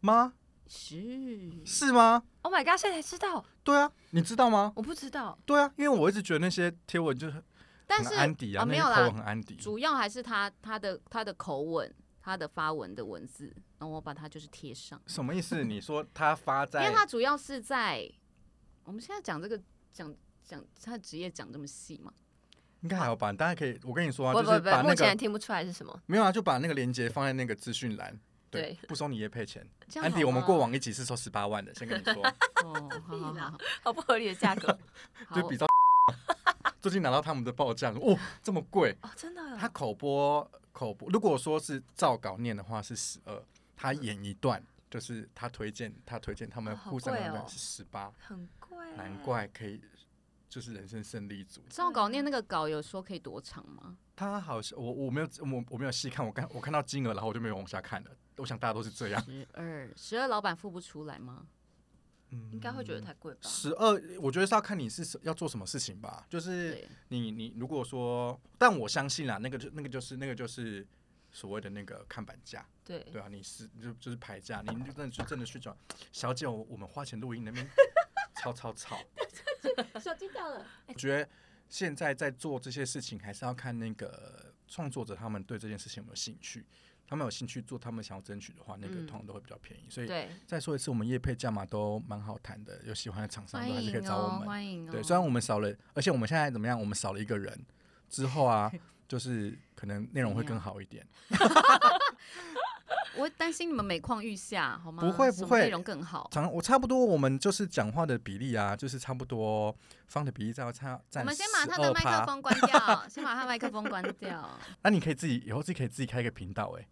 [SPEAKER 1] 吗？
[SPEAKER 3] 是
[SPEAKER 1] 是吗？
[SPEAKER 2] Oh my god！现在才知道，
[SPEAKER 1] 对啊，你知道吗？
[SPEAKER 2] 我不知道。
[SPEAKER 1] 对啊，因为我一直觉得那些贴文就是
[SPEAKER 3] 但
[SPEAKER 1] 很
[SPEAKER 3] 是
[SPEAKER 1] 安迪啊，
[SPEAKER 3] 哦
[SPEAKER 1] 那
[SPEAKER 3] 没
[SPEAKER 1] 些
[SPEAKER 3] 有
[SPEAKER 1] 口吻
[SPEAKER 3] 啦，
[SPEAKER 1] 很安迪。
[SPEAKER 3] 主要还是他他的他的口吻，他的发文的文字，然后我把它就是贴上，
[SPEAKER 1] 什么意 思？你说他发
[SPEAKER 3] 因
[SPEAKER 1] 在
[SPEAKER 3] 为他啊主要是在我们现在讲这个讲讲他的职业讲这么细嘛，
[SPEAKER 1] 应该还好吧？大家可以，我跟你说啊，
[SPEAKER 2] 不
[SPEAKER 1] 就
[SPEAKER 2] 不
[SPEAKER 1] 是
[SPEAKER 2] 不
[SPEAKER 1] 把，那
[SPEAKER 2] 目前还
[SPEAKER 1] 个
[SPEAKER 2] 听不出来是什么。
[SPEAKER 1] 没有啊，就把那个链接放在那个资讯栏。对，
[SPEAKER 2] 对
[SPEAKER 1] 不收你也配钱。
[SPEAKER 3] 这样
[SPEAKER 1] 安迪，
[SPEAKER 3] 好
[SPEAKER 1] 我们
[SPEAKER 3] 吗
[SPEAKER 1] 过往一集是收十八万的，先跟你说，
[SPEAKER 3] 哦，好好好好，
[SPEAKER 2] 好不合理的 价格
[SPEAKER 3] 好
[SPEAKER 1] 就比较最近拿到他们的报价，哦，这么贵。
[SPEAKER 2] 哦，真的。
[SPEAKER 1] 他口播口播，如果说是照稿念的话是十二，他演一段就是他推荐他推荐他们
[SPEAKER 2] 哦好
[SPEAKER 1] 互相
[SPEAKER 2] 贵
[SPEAKER 1] 两段
[SPEAKER 2] 哦
[SPEAKER 1] 是十八，
[SPEAKER 2] 很贵，
[SPEAKER 1] 难。怪可以就是人生胜利组。
[SPEAKER 3] 照稿念那个稿有说可以多长吗？
[SPEAKER 1] 他好像我我没有我我没有细看，我看我看到金额，然后我就没有往下看了。我想大家都是这样，
[SPEAKER 3] 十二，十二老板付不出来吗？
[SPEAKER 2] 应该会觉得太贵吧？
[SPEAKER 1] 嗯十二，我觉得是要看你是什要做什么事情吧。就是
[SPEAKER 3] 对，
[SPEAKER 1] 你你如果说，但我相信啦，那个就那个就是那个就是所谓的那个看板价，
[SPEAKER 2] 对，
[SPEAKER 1] 对啊，你是就就是排价，你就真的去真的去找小姐，我我们花钱录音那边吵吵吵。
[SPEAKER 3] 手机掉了。
[SPEAKER 1] 我觉得现在在做这些事情，还是要看那个创作者他们对这件事情有没有兴趣。他们有兴趣做，他们想要争取的话，那个
[SPEAKER 2] 嗯
[SPEAKER 1] 通常都会比较便宜。所以
[SPEAKER 2] 对，
[SPEAKER 1] 再说一次，我们业配价码都蛮好谈的，有喜欢的厂商
[SPEAKER 3] 欢
[SPEAKER 1] 都还是可以
[SPEAKER 3] 迎
[SPEAKER 1] 找我
[SPEAKER 3] 哦，
[SPEAKER 1] 们。
[SPEAKER 3] 欢迎哦。
[SPEAKER 1] 对，虽然我们少了，而且我们现在怎么样？我们少了一个人之后 啊，就是可能内容会更好一点。
[SPEAKER 3] 嗯我担心你们每况愈下，好吗？
[SPEAKER 1] 不会
[SPEAKER 3] 什么
[SPEAKER 1] 不会
[SPEAKER 3] 内容更好。
[SPEAKER 1] 常我差不多，我们就是讲话的比例啊，就是差不多放的比例在差
[SPEAKER 3] 我
[SPEAKER 1] 占
[SPEAKER 3] 们
[SPEAKER 1] 十
[SPEAKER 3] 先把他
[SPEAKER 1] 二
[SPEAKER 3] 的麦克
[SPEAKER 1] 趴。
[SPEAKER 3] 风关掉，先把他麦克风关掉。
[SPEAKER 1] 那你可以自己以后自己可以自己开一个频道哎、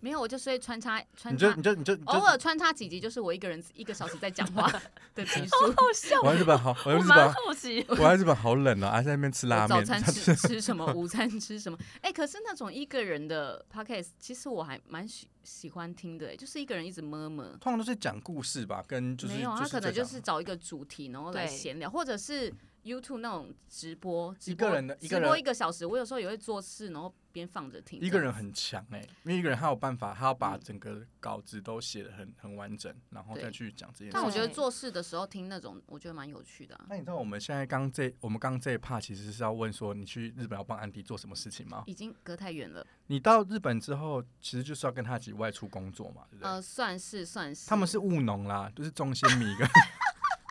[SPEAKER 3] 没有，我就所以穿插穿
[SPEAKER 1] 你就
[SPEAKER 3] 插
[SPEAKER 1] 你，就你就你就
[SPEAKER 3] 偶尔穿插几集，就是我一个人一个小时在讲话 的集数。
[SPEAKER 2] 好笑
[SPEAKER 1] 我在日本好，我在
[SPEAKER 2] 我
[SPEAKER 1] 日
[SPEAKER 2] 蛮
[SPEAKER 1] 本
[SPEAKER 2] 好奇，
[SPEAKER 1] 我在日本好冷哦，啊，在那边吃 拉
[SPEAKER 3] 我早
[SPEAKER 1] 面。
[SPEAKER 3] 餐吃吃什么，午餐吃什么？哎、可是那种一个人的 podcast，其实我还蛮喜喜欢听的、哎，就是一个人一直摸摸。
[SPEAKER 1] 通常都是讲故事吧，跟就是
[SPEAKER 3] 没有，他
[SPEAKER 1] 就是
[SPEAKER 3] 可
[SPEAKER 1] 这
[SPEAKER 3] 能就
[SPEAKER 1] 种
[SPEAKER 3] 是找一个主题，然后来
[SPEAKER 2] 对
[SPEAKER 3] 闲聊，或者是 YouTube 那种直播，直
[SPEAKER 1] 一个
[SPEAKER 3] 播
[SPEAKER 1] 人的一
[SPEAKER 3] 直
[SPEAKER 1] 个人
[SPEAKER 3] 播一个小时，我有时候也会做事，然后边放着听。
[SPEAKER 1] 一个人很强哎、因为一个人他有办法，他要把整个稿子都写的很很完整，然后再
[SPEAKER 3] 嗯对
[SPEAKER 1] 去讲这件事。
[SPEAKER 3] 但我觉得
[SPEAKER 2] 对
[SPEAKER 3] 做事的时候听那种，我觉得蛮有趣的、啊。
[SPEAKER 1] 那你知道我们现在刚这我们刚这一趴其实是要问说，你去日本要帮安迪做什么事情吗？
[SPEAKER 3] 已经隔太远了，
[SPEAKER 1] 你到日本之后，其实就是要跟他一起外出工作嘛，对不对？
[SPEAKER 3] 呃，算是算是。
[SPEAKER 1] 他们是务农啦，就是种些米跟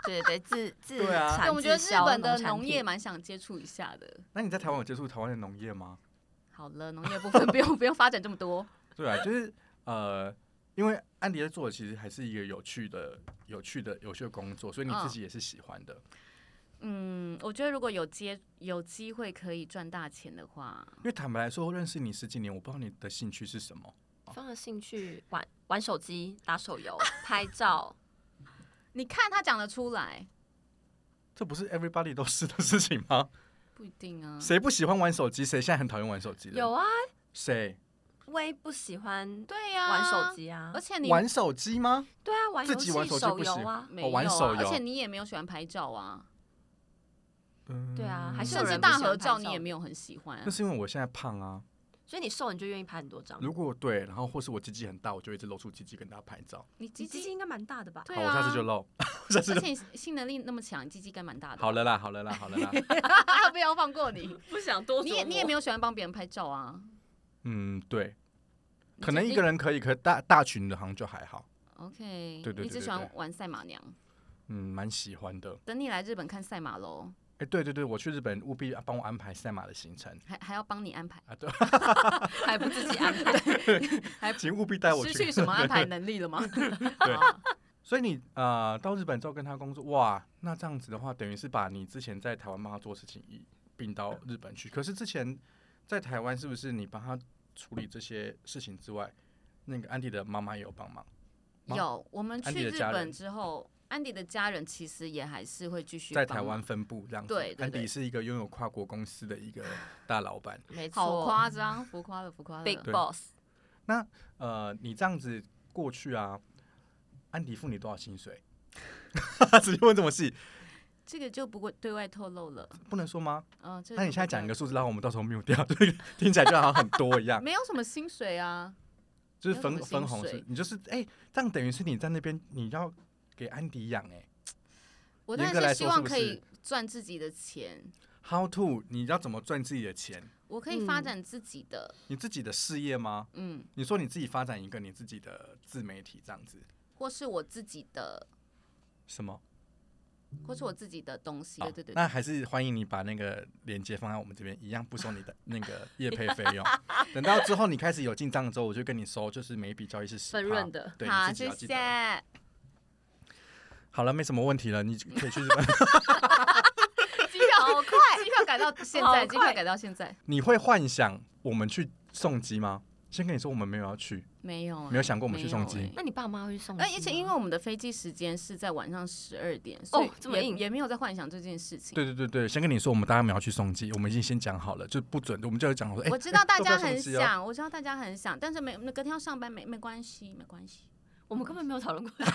[SPEAKER 2] 对对，自自
[SPEAKER 1] 对啊
[SPEAKER 2] 产
[SPEAKER 3] 对，我觉得
[SPEAKER 2] 自
[SPEAKER 3] 日
[SPEAKER 2] 销
[SPEAKER 3] 本的
[SPEAKER 2] 产
[SPEAKER 3] 农业
[SPEAKER 2] 品
[SPEAKER 3] 蛮想接触一下的。
[SPEAKER 1] 那你在台湾有接触台湾的农业吗？
[SPEAKER 3] 好了，农业部分 不用不用发展这么多。
[SPEAKER 1] 对啊，就是呃，因为安迪在做的其实还是一个有趣的、有趣的、有趣的工作，所以你自己也是喜欢的。
[SPEAKER 3] 嗯，我觉得如果有接有机会可以赚大钱的话，
[SPEAKER 1] 因为坦白来说，认识你十几年，我不知道你的兴趣是什么。
[SPEAKER 2] 方的兴趣玩玩手机、打手 游、拍照，
[SPEAKER 3] 你看他讲得出来，
[SPEAKER 1] 这不是 everybody 都是的事情吗？
[SPEAKER 3] 不一定啊。
[SPEAKER 1] 谁不喜欢玩手机？谁现在很讨厌玩手机的？
[SPEAKER 2] 有啊，
[SPEAKER 1] 谁
[SPEAKER 2] 微不喜欢
[SPEAKER 3] 对呀、
[SPEAKER 2] 玩手，机啊
[SPEAKER 3] 而，且你
[SPEAKER 1] 玩手机吗？
[SPEAKER 2] 对啊，玩
[SPEAKER 1] 自
[SPEAKER 2] 游
[SPEAKER 1] 己玩
[SPEAKER 2] 戏、
[SPEAKER 1] 手机
[SPEAKER 2] 手
[SPEAKER 1] 不
[SPEAKER 2] 游
[SPEAKER 1] 行
[SPEAKER 2] 啊，
[SPEAKER 3] 没
[SPEAKER 1] 哦玩
[SPEAKER 3] 有啊
[SPEAKER 1] 手游
[SPEAKER 3] 而且你也没有喜欢拍照啊，
[SPEAKER 1] 嗯
[SPEAKER 2] 对啊还是有
[SPEAKER 3] 甚
[SPEAKER 2] 人
[SPEAKER 3] 至
[SPEAKER 2] 不喜
[SPEAKER 3] 大
[SPEAKER 2] 欢拍
[SPEAKER 3] 合照
[SPEAKER 2] 照
[SPEAKER 3] 你也没有很喜欢、啊
[SPEAKER 1] 那。是因为我现在胖啊。
[SPEAKER 2] 所以你瘦你就愿意拍很多张。
[SPEAKER 1] 如果对，然后或是我鸡鸡很大，我就一直露出鸡鸡跟大家拍照。
[SPEAKER 3] 你
[SPEAKER 2] 你
[SPEAKER 3] 鸡
[SPEAKER 2] 鸡鸡
[SPEAKER 3] 鸡，
[SPEAKER 2] 应该蛮大的吧？
[SPEAKER 3] 对
[SPEAKER 1] 好，我下次就
[SPEAKER 3] 啊，
[SPEAKER 1] 露。 下次
[SPEAKER 3] 而
[SPEAKER 1] 就
[SPEAKER 3] 且你性能力那么强，你鸡鸡该蛮大的。
[SPEAKER 1] 好了啦，好了啦，好了 啦。
[SPEAKER 3] 啊不要放 过你。
[SPEAKER 2] 不想多
[SPEAKER 3] 你也你也没有喜欢帮别人拍照啊。
[SPEAKER 1] 嗯，对，
[SPEAKER 3] 你
[SPEAKER 1] 可能
[SPEAKER 3] 就
[SPEAKER 1] 一个
[SPEAKER 3] 你
[SPEAKER 1] 人可以，可是大大群的好像就还好。
[SPEAKER 3] OK，
[SPEAKER 1] 对对对
[SPEAKER 3] 你
[SPEAKER 1] 对
[SPEAKER 3] 只喜
[SPEAKER 1] 对
[SPEAKER 3] 欢玩赛马娘。
[SPEAKER 1] 嗯，蛮喜欢的。
[SPEAKER 3] 等你来日本看赛马喽，
[SPEAKER 1] 哎，对对对，我去日本务必帮我安排赛马的行程
[SPEAKER 3] 还还要帮你 安排，
[SPEAKER 1] 啊，对，
[SPEAKER 2] 还不自己安 排，
[SPEAKER 1] 请务必带我
[SPEAKER 3] 失
[SPEAKER 1] 去
[SPEAKER 3] 去。什么安排能力了吗？啊
[SPEAKER 1] 所以你呃到日本之后跟他工作，哇，那这样子的话，等于是把你之前在台湾帮他做事情一并到日本去。可是之前在台湾是不是你帮他处理这些事情之外，那个安迪的妈妈也有帮忙？ 吗
[SPEAKER 3] 有，我们
[SPEAKER 1] 安迪
[SPEAKER 3] 去
[SPEAKER 1] 的
[SPEAKER 3] 日
[SPEAKER 1] 家人
[SPEAKER 3] 本之后，安迪的家人其实也还是会继续
[SPEAKER 1] 在
[SPEAKER 3] 帮
[SPEAKER 1] 台湾
[SPEAKER 3] 忙，
[SPEAKER 1] 分部这样子。
[SPEAKER 3] 对对对
[SPEAKER 1] 安迪是一个拥有跨国公司的一个大老板。
[SPEAKER 2] 没
[SPEAKER 3] 好
[SPEAKER 2] 错
[SPEAKER 3] 夸张，浮夸了，浮夸了。
[SPEAKER 2] ，Big
[SPEAKER 1] 对
[SPEAKER 2] Boss
[SPEAKER 1] 呃，你这样子过去啊，安迪付你多少薪水？直接问这么细，
[SPEAKER 3] 这个就不过对外透露了。
[SPEAKER 1] 不能说吗？
[SPEAKER 3] 嗯、这
[SPEAKER 1] 那你
[SPEAKER 3] 就
[SPEAKER 1] 现在
[SPEAKER 3] 不
[SPEAKER 1] 讲一
[SPEAKER 3] 对
[SPEAKER 1] 个数字，然后我们到时候 mute 掉，这个 听起来就好像很多一样。
[SPEAKER 3] 没有什么薪水啊，
[SPEAKER 1] 就是
[SPEAKER 3] 没有
[SPEAKER 1] 分
[SPEAKER 3] 什么
[SPEAKER 1] 分
[SPEAKER 3] 薪
[SPEAKER 1] 红是
[SPEAKER 3] 水，
[SPEAKER 1] 你就是哎、这样等于是你在那边你要给安迪养哎、
[SPEAKER 3] 我
[SPEAKER 1] 严
[SPEAKER 3] 当
[SPEAKER 1] 格
[SPEAKER 3] 然
[SPEAKER 1] 来
[SPEAKER 3] 是希
[SPEAKER 1] 说
[SPEAKER 3] 望
[SPEAKER 1] 是不
[SPEAKER 3] 可以
[SPEAKER 1] 是
[SPEAKER 3] 赚自己的钱，
[SPEAKER 1] h o w to？你要怎么赚自己的钱？
[SPEAKER 3] 我可以发
[SPEAKER 2] 嗯
[SPEAKER 3] 展自己的，
[SPEAKER 1] 你自己的事业吗？
[SPEAKER 3] 嗯，
[SPEAKER 1] 你说你自己发展一个你自己的自媒体这样子，
[SPEAKER 3] 或是我自己的，
[SPEAKER 1] 什么？
[SPEAKER 3] 或是我自己的东西，
[SPEAKER 1] 好
[SPEAKER 3] 对对对。
[SPEAKER 1] 啊那还是欢迎你把那个链接放在我们这边，一样不收你的那个业配费 用。等到之后你开始有进账之后，我就跟你收，就是每一笔交易是十
[SPEAKER 2] 分润的
[SPEAKER 1] 对，
[SPEAKER 3] 好，
[SPEAKER 1] 你自己
[SPEAKER 3] 谢
[SPEAKER 1] 要记得。
[SPEAKER 3] 谢。
[SPEAKER 1] 好了，没什么问题了，你可以去日本。
[SPEAKER 3] 机票好快，机票改到现
[SPEAKER 2] 好
[SPEAKER 3] 在，机票
[SPEAKER 2] 快
[SPEAKER 3] 改到现在
[SPEAKER 1] 你会幻想我们去送机吗？先跟你说，我们没有要去，
[SPEAKER 3] 没有欸、
[SPEAKER 1] 没有想过我们去
[SPEAKER 3] 没
[SPEAKER 1] 送
[SPEAKER 3] 有
[SPEAKER 1] 机
[SPEAKER 3] 欸
[SPEAKER 2] 那你爸妈会去送机
[SPEAKER 3] 而
[SPEAKER 2] 吗？
[SPEAKER 3] 且因为我们的飞机时间是在晚上十二点，所以
[SPEAKER 2] 哦这么
[SPEAKER 3] 也
[SPEAKER 2] 硬
[SPEAKER 3] 也没有在幻想这件事情。
[SPEAKER 1] 对对对对，先跟你说，我们大家没有要去送机，我们已经先讲好了，就不准，我们就讲说，哎、
[SPEAKER 3] 我知道大
[SPEAKER 1] 都不要
[SPEAKER 3] 家
[SPEAKER 1] 送
[SPEAKER 3] 很
[SPEAKER 1] 机哦
[SPEAKER 3] 想，我知道大家很想，但是没那隔天要上班，没没关系，没关系。
[SPEAKER 2] 我们根本没有讨论过。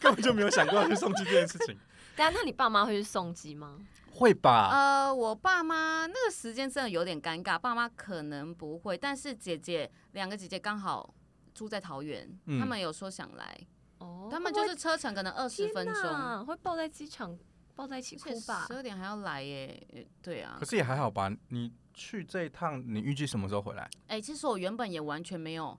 [SPEAKER 1] 根本就没有想过要去送机这件事情，
[SPEAKER 2] 等啊一下，那你爸妈会去送机吗？
[SPEAKER 1] 会
[SPEAKER 2] 嗯
[SPEAKER 1] 吧？
[SPEAKER 3] 呃，我爸妈那个时间真的有点尴尬，爸妈可能不会，但是姐姐两个姐姐刚好住在桃园，
[SPEAKER 1] 嗯
[SPEAKER 3] 他们有说想来，
[SPEAKER 2] 哦，
[SPEAKER 3] 他们就是车程可能二十分
[SPEAKER 2] 天
[SPEAKER 3] 钟，
[SPEAKER 2] 哪会抱在机场抱在一起哭吧
[SPEAKER 3] 十？二点还要来耶、呃对啊
[SPEAKER 1] 可，是也还好吧。你去这一趟，你预计什么时候回来？
[SPEAKER 3] 哎、其实我原本也完全没有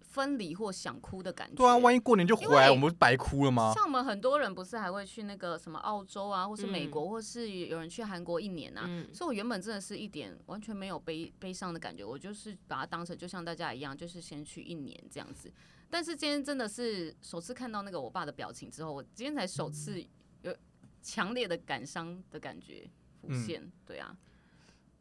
[SPEAKER 3] 分离或想哭的感觉。
[SPEAKER 1] 对啊，万一啊过年就回来，
[SPEAKER 3] 因为
[SPEAKER 1] 我们不是白哭了吗？
[SPEAKER 3] 像我们很多人不是还会去那个什么澳洲啊，或是美
[SPEAKER 2] 嗯
[SPEAKER 3] 国，或是有人去韩国一年啊。
[SPEAKER 2] 嗯，
[SPEAKER 3] 所以我原本真的是一点完全没有悲悲伤的感觉，我就是把它当成就像大家一样，就是先去一年这样子。但是今天真的是首次看到那个我爸的表情之后，我今天才首次有强烈的感伤的感觉浮
[SPEAKER 1] 嗯
[SPEAKER 3] 现。对啊，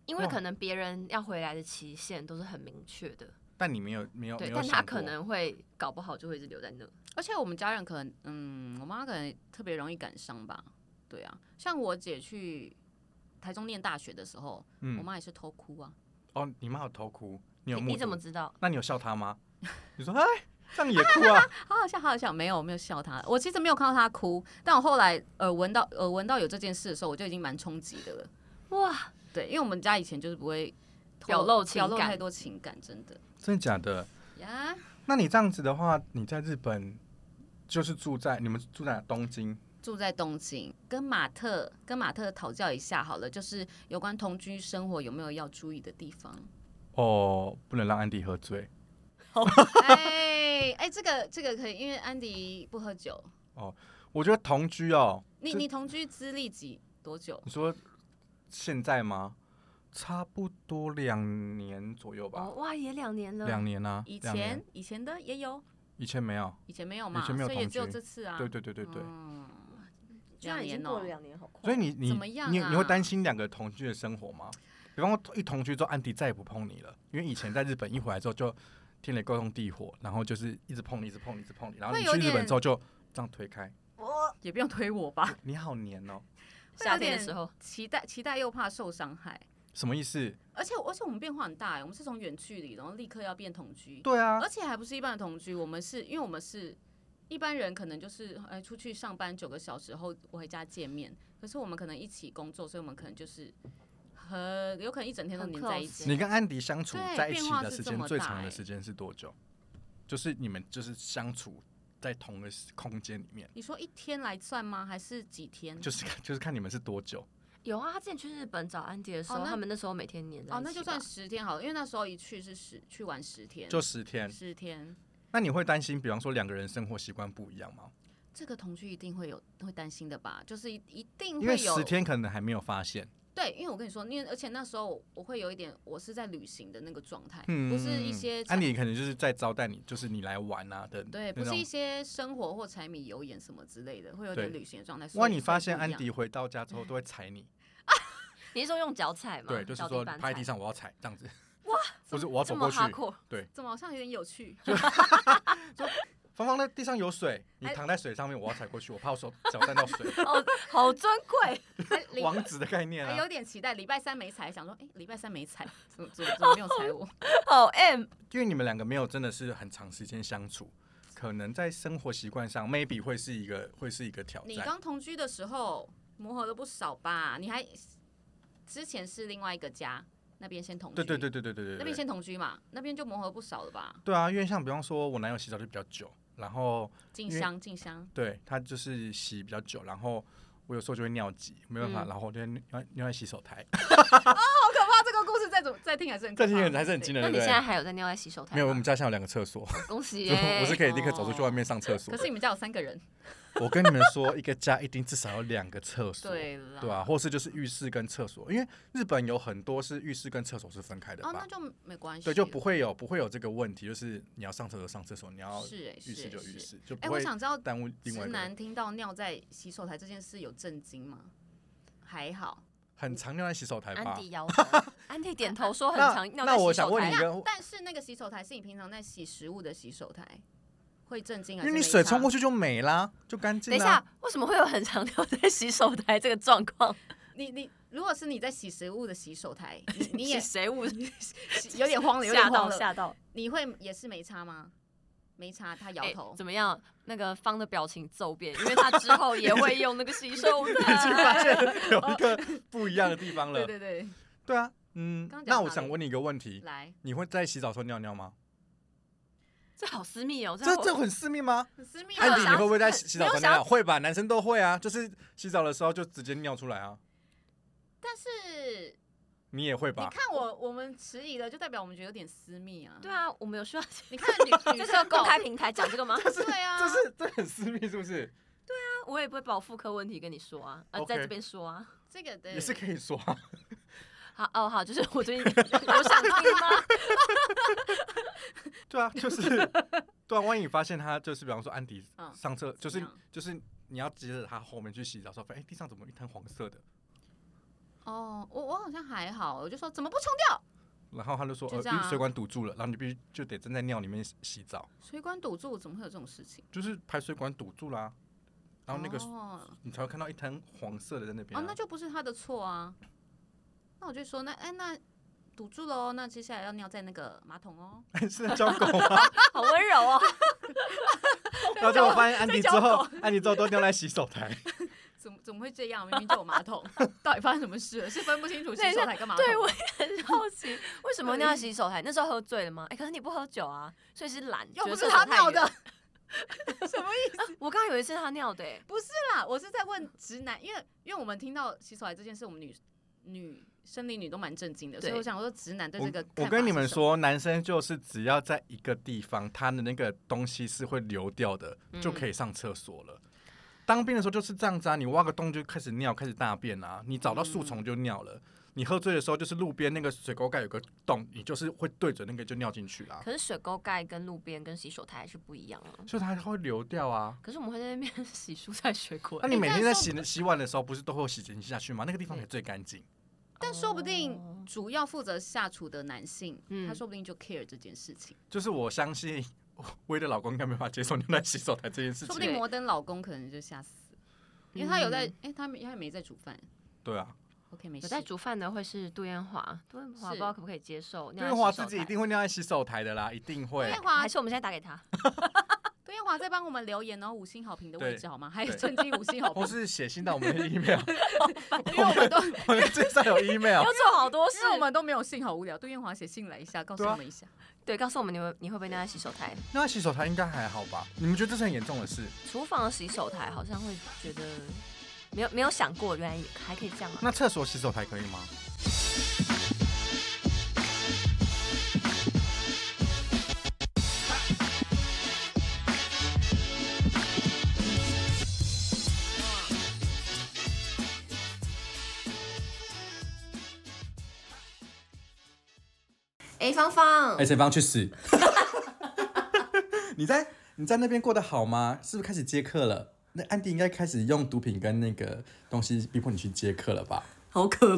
[SPEAKER 2] 因为
[SPEAKER 1] 哇
[SPEAKER 2] 可能别人要回来的期限都是很明确的，
[SPEAKER 1] 但你没有没有哦没
[SPEAKER 2] 对，
[SPEAKER 1] 有
[SPEAKER 2] 但
[SPEAKER 1] 想
[SPEAKER 2] 他
[SPEAKER 1] 过，
[SPEAKER 2] 可能会搞不好就会一直留在那。
[SPEAKER 3] 而且我们家人可能，嗯，我妈可能特别容易感伤吧。对啊，像我姐去台中念大学的时候，我
[SPEAKER 1] 嗯，
[SPEAKER 3] 妈也是偷哭啊。
[SPEAKER 1] 哦，你妈有偷哭，你有
[SPEAKER 2] 你
[SPEAKER 1] 目
[SPEAKER 2] 你怎
[SPEAKER 1] 睹
[SPEAKER 2] 么，知道？
[SPEAKER 1] 那你有笑她吗？ 你说哎，这样也哭啊？
[SPEAKER 3] 好好笑，好好笑，没有，我没有笑她。我其实没有看到她哭，但我后来耳闻到耳闻到有这件事的时候，我就已经蛮冲击的了。
[SPEAKER 2] 哇，
[SPEAKER 3] 对，因为我们家以前就是不会透
[SPEAKER 2] 表露情
[SPEAKER 3] 表露
[SPEAKER 2] 感
[SPEAKER 3] 太多情感，真的
[SPEAKER 1] 真的假的？
[SPEAKER 3] 呀。
[SPEAKER 1] 那你这样子的话，你在日本就是住在你们住在哪东京？
[SPEAKER 3] 住在东京，跟马特跟马特讨教一下好了，就是有关同居生活有没有要注意的地 方。
[SPEAKER 1] 哦，不能让安迪喝醉
[SPEAKER 3] 哎哎，这个这个可以，因为安迪不喝酒。
[SPEAKER 1] 我觉得同居哦，
[SPEAKER 3] 你
[SPEAKER 1] 这
[SPEAKER 3] 你同居资历几多久？
[SPEAKER 1] 你说现在吗？差不多两年左右吧
[SPEAKER 2] 哦，，哇，也两年了，
[SPEAKER 1] 两、年啊。
[SPEAKER 3] 以
[SPEAKER 1] 两年
[SPEAKER 3] 前以前的也有，
[SPEAKER 1] 以前没有，
[SPEAKER 3] 以前没有嘛，
[SPEAKER 1] 以前没有
[SPEAKER 3] 所以也
[SPEAKER 1] 同居
[SPEAKER 3] 只有这次啊。
[SPEAKER 1] 对对对对对。
[SPEAKER 3] 嗯，
[SPEAKER 2] 居然已经
[SPEAKER 3] 两年哦
[SPEAKER 2] 过了两年，好
[SPEAKER 1] 所
[SPEAKER 2] 快。
[SPEAKER 1] 以你你
[SPEAKER 3] 怎么样啊
[SPEAKER 1] 你你会担心两个同居的生活吗？比方说一同居之后，安迪再也不碰你了，因为以前在日本一回来之后就天雷勾动地火，然后就是一直碰你，一直碰你，一直碰你，然后
[SPEAKER 3] 会
[SPEAKER 1] 你
[SPEAKER 3] 有
[SPEAKER 1] 去日本
[SPEAKER 3] 点
[SPEAKER 1] 之后就这样推开，
[SPEAKER 3] 也不用推我吧。
[SPEAKER 1] 你好黏哦，
[SPEAKER 2] 夏天的时候，
[SPEAKER 3] 期待期待又怕受伤害，
[SPEAKER 1] 什么意思？
[SPEAKER 3] 而且而且我们变化很大哎，我们是从远距离，然后立刻要变同居，
[SPEAKER 1] 对啊
[SPEAKER 3] 而，且还不是一般的同居，我们是因为我们是一般人可能就是哎出去上班九个小时后回家见面，可是我们可能一起工作，所以我们可能就是和有可能一整天都
[SPEAKER 2] 很
[SPEAKER 3] 黏在
[SPEAKER 2] close
[SPEAKER 3] 一起。
[SPEAKER 1] 你跟安迪相处
[SPEAKER 3] 对
[SPEAKER 1] 在一
[SPEAKER 3] 变
[SPEAKER 1] 起
[SPEAKER 3] 化
[SPEAKER 1] 的
[SPEAKER 3] 是
[SPEAKER 1] 时
[SPEAKER 3] 这
[SPEAKER 1] 间
[SPEAKER 3] 么
[SPEAKER 1] 最
[SPEAKER 3] 大
[SPEAKER 1] 长的
[SPEAKER 3] 欸
[SPEAKER 1] 时间是多久？就是你们就是相处在同个时空间里面，
[SPEAKER 3] 你说一天来算吗？还是几天？
[SPEAKER 1] 就是看就是看你们是多久。
[SPEAKER 2] 有啊，他之前去日本找安迪的时候，
[SPEAKER 3] 哦那
[SPEAKER 2] 他们那时候每天黏在一起吧。
[SPEAKER 3] 哦，那就算十天好了，因为那时候一去是十去玩十天，
[SPEAKER 1] 就十天。
[SPEAKER 3] 十天。
[SPEAKER 1] 那你会担心，比方说两个人生活习惯不一样吗？
[SPEAKER 3] 这个同居一定会有会担心的吧？就是一一定
[SPEAKER 1] 因
[SPEAKER 3] 会
[SPEAKER 1] 为
[SPEAKER 3] 有
[SPEAKER 1] 十天可能还没有发现，
[SPEAKER 3] 对，因为我跟你说，因为而且那时候我会有一点，我是在旅行的那个状态，
[SPEAKER 1] 嗯，
[SPEAKER 3] 不是一些柴
[SPEAKER 1] 安迪可能就是在招待你，就是你来玩啊的
[SPEAKER 3] 对，
[SPEAKER 1] 那
[SPEAKER 3] 不是一
[SPEAKER 1] 种。
[SPEAKER 3] 些生活或柴米油盐什么之类的，会有点
[SPEAKER 1] 对
[SPEAKER 3] 旅行的状态。所
[SPEAKER 1] 哇，
[SPEAKER 3] 以
[SPEAKER 1] 你
[SPEAKER 3] 会
[SPEAKER 1] 发
[SPEAKER 3] 不
[SPEAKER 1] 现
[SPEAKER 3] 一
[SPEAKER 1] 安
[SPEAKER 3] 样
[SPEAKER 1] 迪回到家之后都会踩你，
[SPEAKER 2] 你是说用脚踩吗？
[SPEAKER 1] 对，就是
[SPEAKER 2] 脚
[SPEAKER 1] 说
[SPEAKER 2] 底板
[SPEAKER 1] 拍
[SPEAKER 2] 踩
[SPEAKER 1] 地上我要踩这样子， 不是我要走
[SPEAKER 2] 这
[SPEAKER 1] 过
[SPEAKER 2] 么
[SPEAKER 1] 去，
[SPEAKER 2] 哈阔，
[SPEAKER 3] 怎么好像有点 有趣？
[SPEAKER 1] 芳芳在地上有水，你
[SPEAKER 3] 哎
[SPEAKER 1] 躺在水上面，我要踩过去，我怕我手脚沾到水，
[SPEAKER 2] 哦，好尊贵。
[SPEAKER 3] 还哎礼
[SPEAKER 1] 王子的概念
[SPEAKER 3] 还
[SPEAKER 1] 啊
[SPEAKER 3] 有。点期待，礼拜三没踩，想说哎，礼拜三没踩，怎么怎么怎么没有踩我？
[SPEAKER 2] 好 M，
[SPEAKER 1] 因为你们两个没有真的是很长时间相处，可能在生活习惯上，maybe 会是一个会是一个挑
[SPEAKER 3] 你
[SPEAKER 1] 战。
[SPEAKER 3] 刚同居的时候磨合了不少吧？你还之前是另外一个家那边先同居，
[SPEAKER 1] 对对对对对对对，
[SPEAKER 3] 那边先同居嘛，那边就磨合不少了吧？
[SPEAKER 1] 对啊，因为像比方说，我男友洗澡就比较久，然后
[SPEAKER 3] 进
[SPEAKER 1] 因为
[SPEAKER 3] 香进香，
[SPEAKER 1] 对他就是洗比较久，然后我有时候就会尿急，没办法，
[SPEAKER 3] 嗯
[SPEAKER 1] 然后我就会尿尿在洗手台，
[SPEAKER 3] 好可怕！这个故事再怎么再听还是很可
[SPEAKER 1] 这
[SPEAKER 3] 怕
[SPEAKER 1] 听起来还是很惊人，
[SPEAKER 2] 那
[SPEAKER 1] 对
[SPEAKER 2] 你
[SPEAKER 1] 不
[SPEAKER 2] 现在
[SPEAKER 1] 对？
[SPEAKER 2] 还有在尿在洗手台 吗？
[SPEAKER 1] 没有，我们家现在有两个厕 所，
[SPEAKER 2] 恭喜
[SPEAKER 1] 就
[SPEAKER 2] 耶！
[SPEAKER 1] 我是可以立刻走出去外面上厕所
[SPEAKER 3] 可。是你们家有三个人，
[SPEAKER 1] 我跟你们说，一个家一定至少有两个厕所，
[SPEAKER 3] 对了，
[SPEAKER 1] 对啊，或是就是浴室跟厕所，因为日本有很多是浴室跟厕所是分开的
[SPEAKER 3] 哦，
[SPEAKER 1] 吧
[SPEAKER 3] 那？就没关系，
[SPEAKER 1] 啊对，就不会有不会有这个问题，就是你要上厕所上厕所，你要
[SPEAKER 3] 是哎、是
[SPEAKER 1] 浴室
[SPEAKER 3] 哎
[SPEAKER 1] 就浴
[SPEAKER 3] 是
[SPEAKER 1] 室，就不
[SPEAKER 3] 哎、我
[SPEAKER 1] 会
[SPEAKER 3] 想知道
[SPEAKER 1] 耽误另外
[SPEAKER 3] 直
[SPEAKER 1] 一个人。
[SPEAKER 3] 男听到尿在洗手台这件事有震惊吗？还好，
[SPEAKER 1] 很常尿在洗手台吧
[SPEAKER 2] 安？迪摇头，安迪点头说很
[SPEAKER 1] 那
[SPEAKER 2] 常尿
[SPEAKER 1] 那
[SPEAKER 2] 在
[SPEAKER 1] 我
[SPEAKER 2] 洗
[SPEAKER 1] 想
[SPEAKER 2] 手
[SPEAKER 1] 问
[SPEAKER 2] 台
[SPEAKER 1] 你
[SPEAKER 2] 啊。
[SPEAKER 1] 跟，
[SPEAKER 3] 但是那个洗手台是你平常在洗食物的洗手台，会震惊
[SPEAKER 1] 因
[SPEAKER 3] 还是
[SPEAKER 1] 为
[SPEAKER 3] 没差？
[SPEAKER 1] 你水冲过去就没啦，就干净
[SPEAKER 2] 等
[SPEAKER 1] 啦。
[SPEAKER 2] 一下，为什么会有很常尿在洗手台这个状况？
[SPEAKER 3] 你你如果是你在洗食物的洗手台，你 你也
[SPEAKER 2] 是谁误
[SPEAKER 3] 有点慌了，有
[SPEAKER 2] 吓
[SPEAKER 3] 点慌
[SPEAKER 2] 到
[SPEAKER 3] 了，
[SPEAKER 2] 吓到？
[SPEAKER 3] 你会也是没差吗？没差，他摇
[SPEAKER 2] 哎
[SPEAKER 3] 头。
[SPEAKER 2] 怎么样？那个方的表情骤变，因为他之后也会用那个 洗手台。
[SPEAKER 1] 发现有一个不一样的地方了。
[SPEAKER 3] 对对对，
[SPEAKER 1] 对啊，嗯
[SPEAKER 3] 刚，讲
[SPEAKER 1] 那我
[SPEAKER 3] 哪
[SPEAKER 1] 想
[SPEAKER 3] 里
[SPEAKER 1] 问你一个问题：
[SPEAKER 3] 来，
[SPEAKER 1] 你会在洗澡的时候尿尿吗？
[SPEAKER 2] 这好私密哦，
[SPEAKER 1] 这
[SPEAKER 2] 好
[SPEAKER 1] 这很私密吗？
[SPEAKER 3] 很私密啊
[SPEAKER 2] 没有
[SPEAKER 1] 安迪，
[SPEAKER 2] 想
[SPEAKER 1] 你
[SPEAKER 2] 要
[SPEAKER 1] 会不会在
[SPEAKER 2] 看
[SPEAKER 1] 洗洗澡的时候
[SPEAKER 2] 没有
[SPEAKER 1] 尿
[SPEAKER 2] 想
[SPEAKER 1] 尿？会吧，男生都会啊，就是洗澡的时候就直接尿出来啊。
[SPEAKER 3] 但是
[SPEAKER 1] 你也会
[SPEAKER 3] 你
[SPEAKER 1] 吧？
[SPEAKER 3] 看我，我们迟疑了，就代表我们觉得有点私密啊。
[SPEAKER 2] 对，啊，我们有 需要，
[SPEAKER 3] 你看女
[SPEAKER 2] 这
[SPEAKER 3] 女
[SPEAKER 2] 是要
[SPEAKER 3] 生
[SPEAKER 2] 公
[SPEAKER 3] 搞
[SPEAKER 2] 开平台讲这个吗？
[SPEAKER 3] 对啊，
[SPEAKER 1] 这是这很私密，是不是？
[SPEAKER 2] 我也不会把我妇科问题跟你说啊，呃，
[SPEAKER 1] OK
[SPEAKER 2] 在这边说啊。
[SPEAKER 3] 这个的
[SPEAKER 1] 也是可以说啊。
[SPEAKER 2] 好哦，好，就是我最近 有想听吗？
[SPEAKER 1] 对啊，就是对啊。万一你发现他就是，比方说安迪
[SPEAKER 3] 嗯
[SPEAKER 1] 上厕，就
[SPEAKER 3] 怎
[SPEAKER 1] 是
[SPEAKER 3] 么样
[SPEAKER 1] 就是你要接着他后面去洗澡的时候，发现哎地上怎么一滩黄色的？
[SPEAKER 3] 哦，我我好像还好，我就说怎么不冲掉？
[SPEAKER 1] 然后他就说
[SPEAKER 3] 就
[SPEAKER 1] 呃
[SPEAKER 3] 这样
[SPEAKER 1] 因
[SPEAKER 3] 啊
[SPEAKER 1] 为水管堵住了，然后你必须就得站在尿里面洗洗澡，
[SPEAKER 3] 水管堵住，怎么会有这种事情？
[SPEAKER 1] 就是排水管堵住啦。然后那个
[SPEAKER 3] 哦
[SPEAKER 1] 你才会看到一滩黄色的在那边
[SPEAKER 3] 哦
[SPEAKER 1] 啊、，
[SPEAKER 3] 那就不是他的错啊。那我就说，那哎那堵住了哦，那接下来要尿在那个马桶哦。
[SPEAKER 1] 是在教狗 吗？
[SPEAKER 2] 好温柔哦，
[SPEAKER 1] 然后结果发现安迪之
[SPEAKER 2] 在教
[SPEAKER 1] 后，安迪之后都尿在洗手台。
[SPEAKER 3] 怎么怎么会这样？明明就有马 桶，到底发生什么事了？是分不清楚洗手台跟马桶吗。
[SPEAKER 2] 对我也很好奇，为什么尿洗手台？那时候喝醉了吗？哎、可是你不喝酒啊，所以是懒，
[SPEAKER 3] 又不
[SPEAKER 2] 觉
[SPEAKER 3] 是
[SPEAKER 2] 得厕所
[SPEAKER 3] 他
[SPEAKER 2] 太
[SPEAKER 3] 尿的
[SPEAKER 2] 远。，
[SPEAKER 3] 什么意思？
[SPEAKER 2] 我刚刚以为是他尿的、哎，
[SPEAKER 3] 不是啦，我是在问直男，因为因为我们听到洗手台这件事，我们女女生理女都蛮震惊的，所以
[SPEAKER 2] 对
[SPEAKER 3] 我想说直男对这个
[SPEAKER 1] 我我
[SPEAKER 3] 看法
[SPEAKER 1] 跟你
[SPEAKER 3] 是
[SPEAKER 1] 们
[SPEAKER 3] 什么，
[SPEAKER 1] 说，男生就是只要在一个地方，他的那个东西是会流掉的，
[SPEAKER 2] 嗯
[SPEAKER 1] 就可以上厕所了。当兵的时候就是这样子啊，你挖个洞就开始尿，开始大便啊，你找到
[SPEAKER 3] 嗯
[SPEAKER 1] 树丛就尿了。你喝醉的时候，就是路边那个水沟盖有个洞，你就是会对着那个就尿进去啦，
[SPEAKER 2] 可是水沟盖跟路边跟洗手台还是不一样啊。
[SPEAKER 1] 所以它会流掉啊。
[SPEAKER 2] 可是我们会在那边 洗蔬菜水果、
[SPEAKER 1] 那你
[SPEAKER 3] 哎
[SPEAKER 1] 每
[SPEAKER 3] 但
[SPEAKER 1] 天在
[SPEAKER 3] 是
[SPEAKER 1] 洗洗碗的时候，不是都会有洗洁精下去吗？那个地方才最干净。
[SPEAKER 3] 但说不定
[SPEAKER 2] 哦
[SPEAKER 3] 主要负责下厨的男性，
[SPEAKER 2] 嗯
[SPEAKER 3] 他说不定就 care 这件事情，
[SPEAKER 1] 就是我相信 薇的老公应该没办法接受尿在洗手台这件事
[SPEAKER 3] 说不
[SPEAKER 1] 情
[SPEAKER 3] 定。摩登老公可能就吓死，因为他有在，哎、他没他也没在煮饭
[SPEAKER 1] 对啊，
[SPEAKER 3] ，OK 没
[SPEAKER 2] 有
[SPEAKER 3] 事，
[SPEAKER 2] 在煮饭的会是杜艳华，杜艳华不知道可不可以接受
[SPEAKER 1] 因
[SPEAKER 2] 尿在
[SPEAKER 1] 为
[SPEAKER 2] 洗手台。
[SPEAKER 1] 华自己一定会尿在洗手台的啦，一定
[SPEAKER 3] 杜
[SPEAKER 1] 会。
[SPEAKER 3] 艳哎华
[SPEAKER 2] 还，是我们现在打给他？
[SPEAKER 3] 杜艳华在帮我们留言哦，五星好评的位置
[SPEAKER 1] 对
[SPEAKER 3] 好吗？还有
[SPEAKER 1] 对
[SPEAKER 3] 趁机五星好评
[SPEAKER 1] 或，是写信到 我们的 email，
[SPEAKER 3] 因为我们都
[SPEAKER 1] 我们最上有 email
[SPEAKER 2] 要。做好多事
[SPEAKER 3] 因。为我们都没有信，好无聊。杜艳华写信来一下，告诉
[SPEAKER 1] 对啊
[SPEAKER 3] 我们一下。
[SPEAKER 2] 对，告诉我们你会你会不会尿在洗手台？
[SPEAKER 1] 那洗手台应该还好吧？你们觉得这是很严重的事？
[SPEAKER 2] 厨房的洗手台好像会觉得没有没有想过，原来也还可以这样啊。
[SPEAKER 1] 那厕所洗手台可以吗？
[SPEAKER 2] 哎、芳芳，
[SPEAKER 1] 哎，谁方去死！ 你在你在那边过得好吗？是不是开始接客了？那安迪应该开始用毒品跟那个东西逼迫你去接客了吧？
[SPEAKER 2] 好可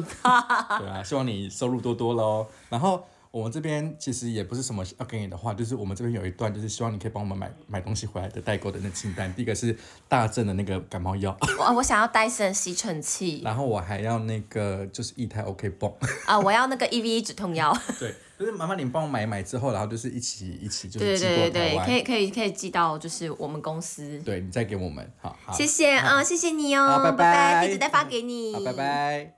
[SPEAKER 2] 怕！
[SPEAKER 1] 对啊，希望你收入多多喽。然后我们这边其实也不是什么要给你的话，就是我们这边有一段就是希望你可以帮我们买买东西回来的代购的那清单。第一个是大正的那个感冒药，
[SPEAKER 2] 我我想要戴森吸尘器
[SPEAKER 1] 啊然后我还要那个就是液态 OK 泵。
[SPEAKER 2] 啊、我要那个 EVE 止痛药。
[SPEAKER 1] 对，就是麻烦你帮我买买之后，然后就是一起一起就
[SPEAKER 2] 对
[SPEAKER 1] 是寄过
[SPEAKER 2] 对对
[SPEAKER 1] 台
[SPEAKER 2] 对，
[SPEAKER 1] 湾，
[SPEAKER 2] 可以可以可以寄到就是我们公司。
[SPEAKER 1] 对你再给我们，好，好
[SPEAKER 2] 谢谢啊、谢谢你哦，
[SPEAKER 1] 好拜
[SPEAKER 2] 拜
[SPEAKER 1] 拜
[SPEAKER 2] 地址再发给你，
[SPEAKER 1] 好，拜。拜。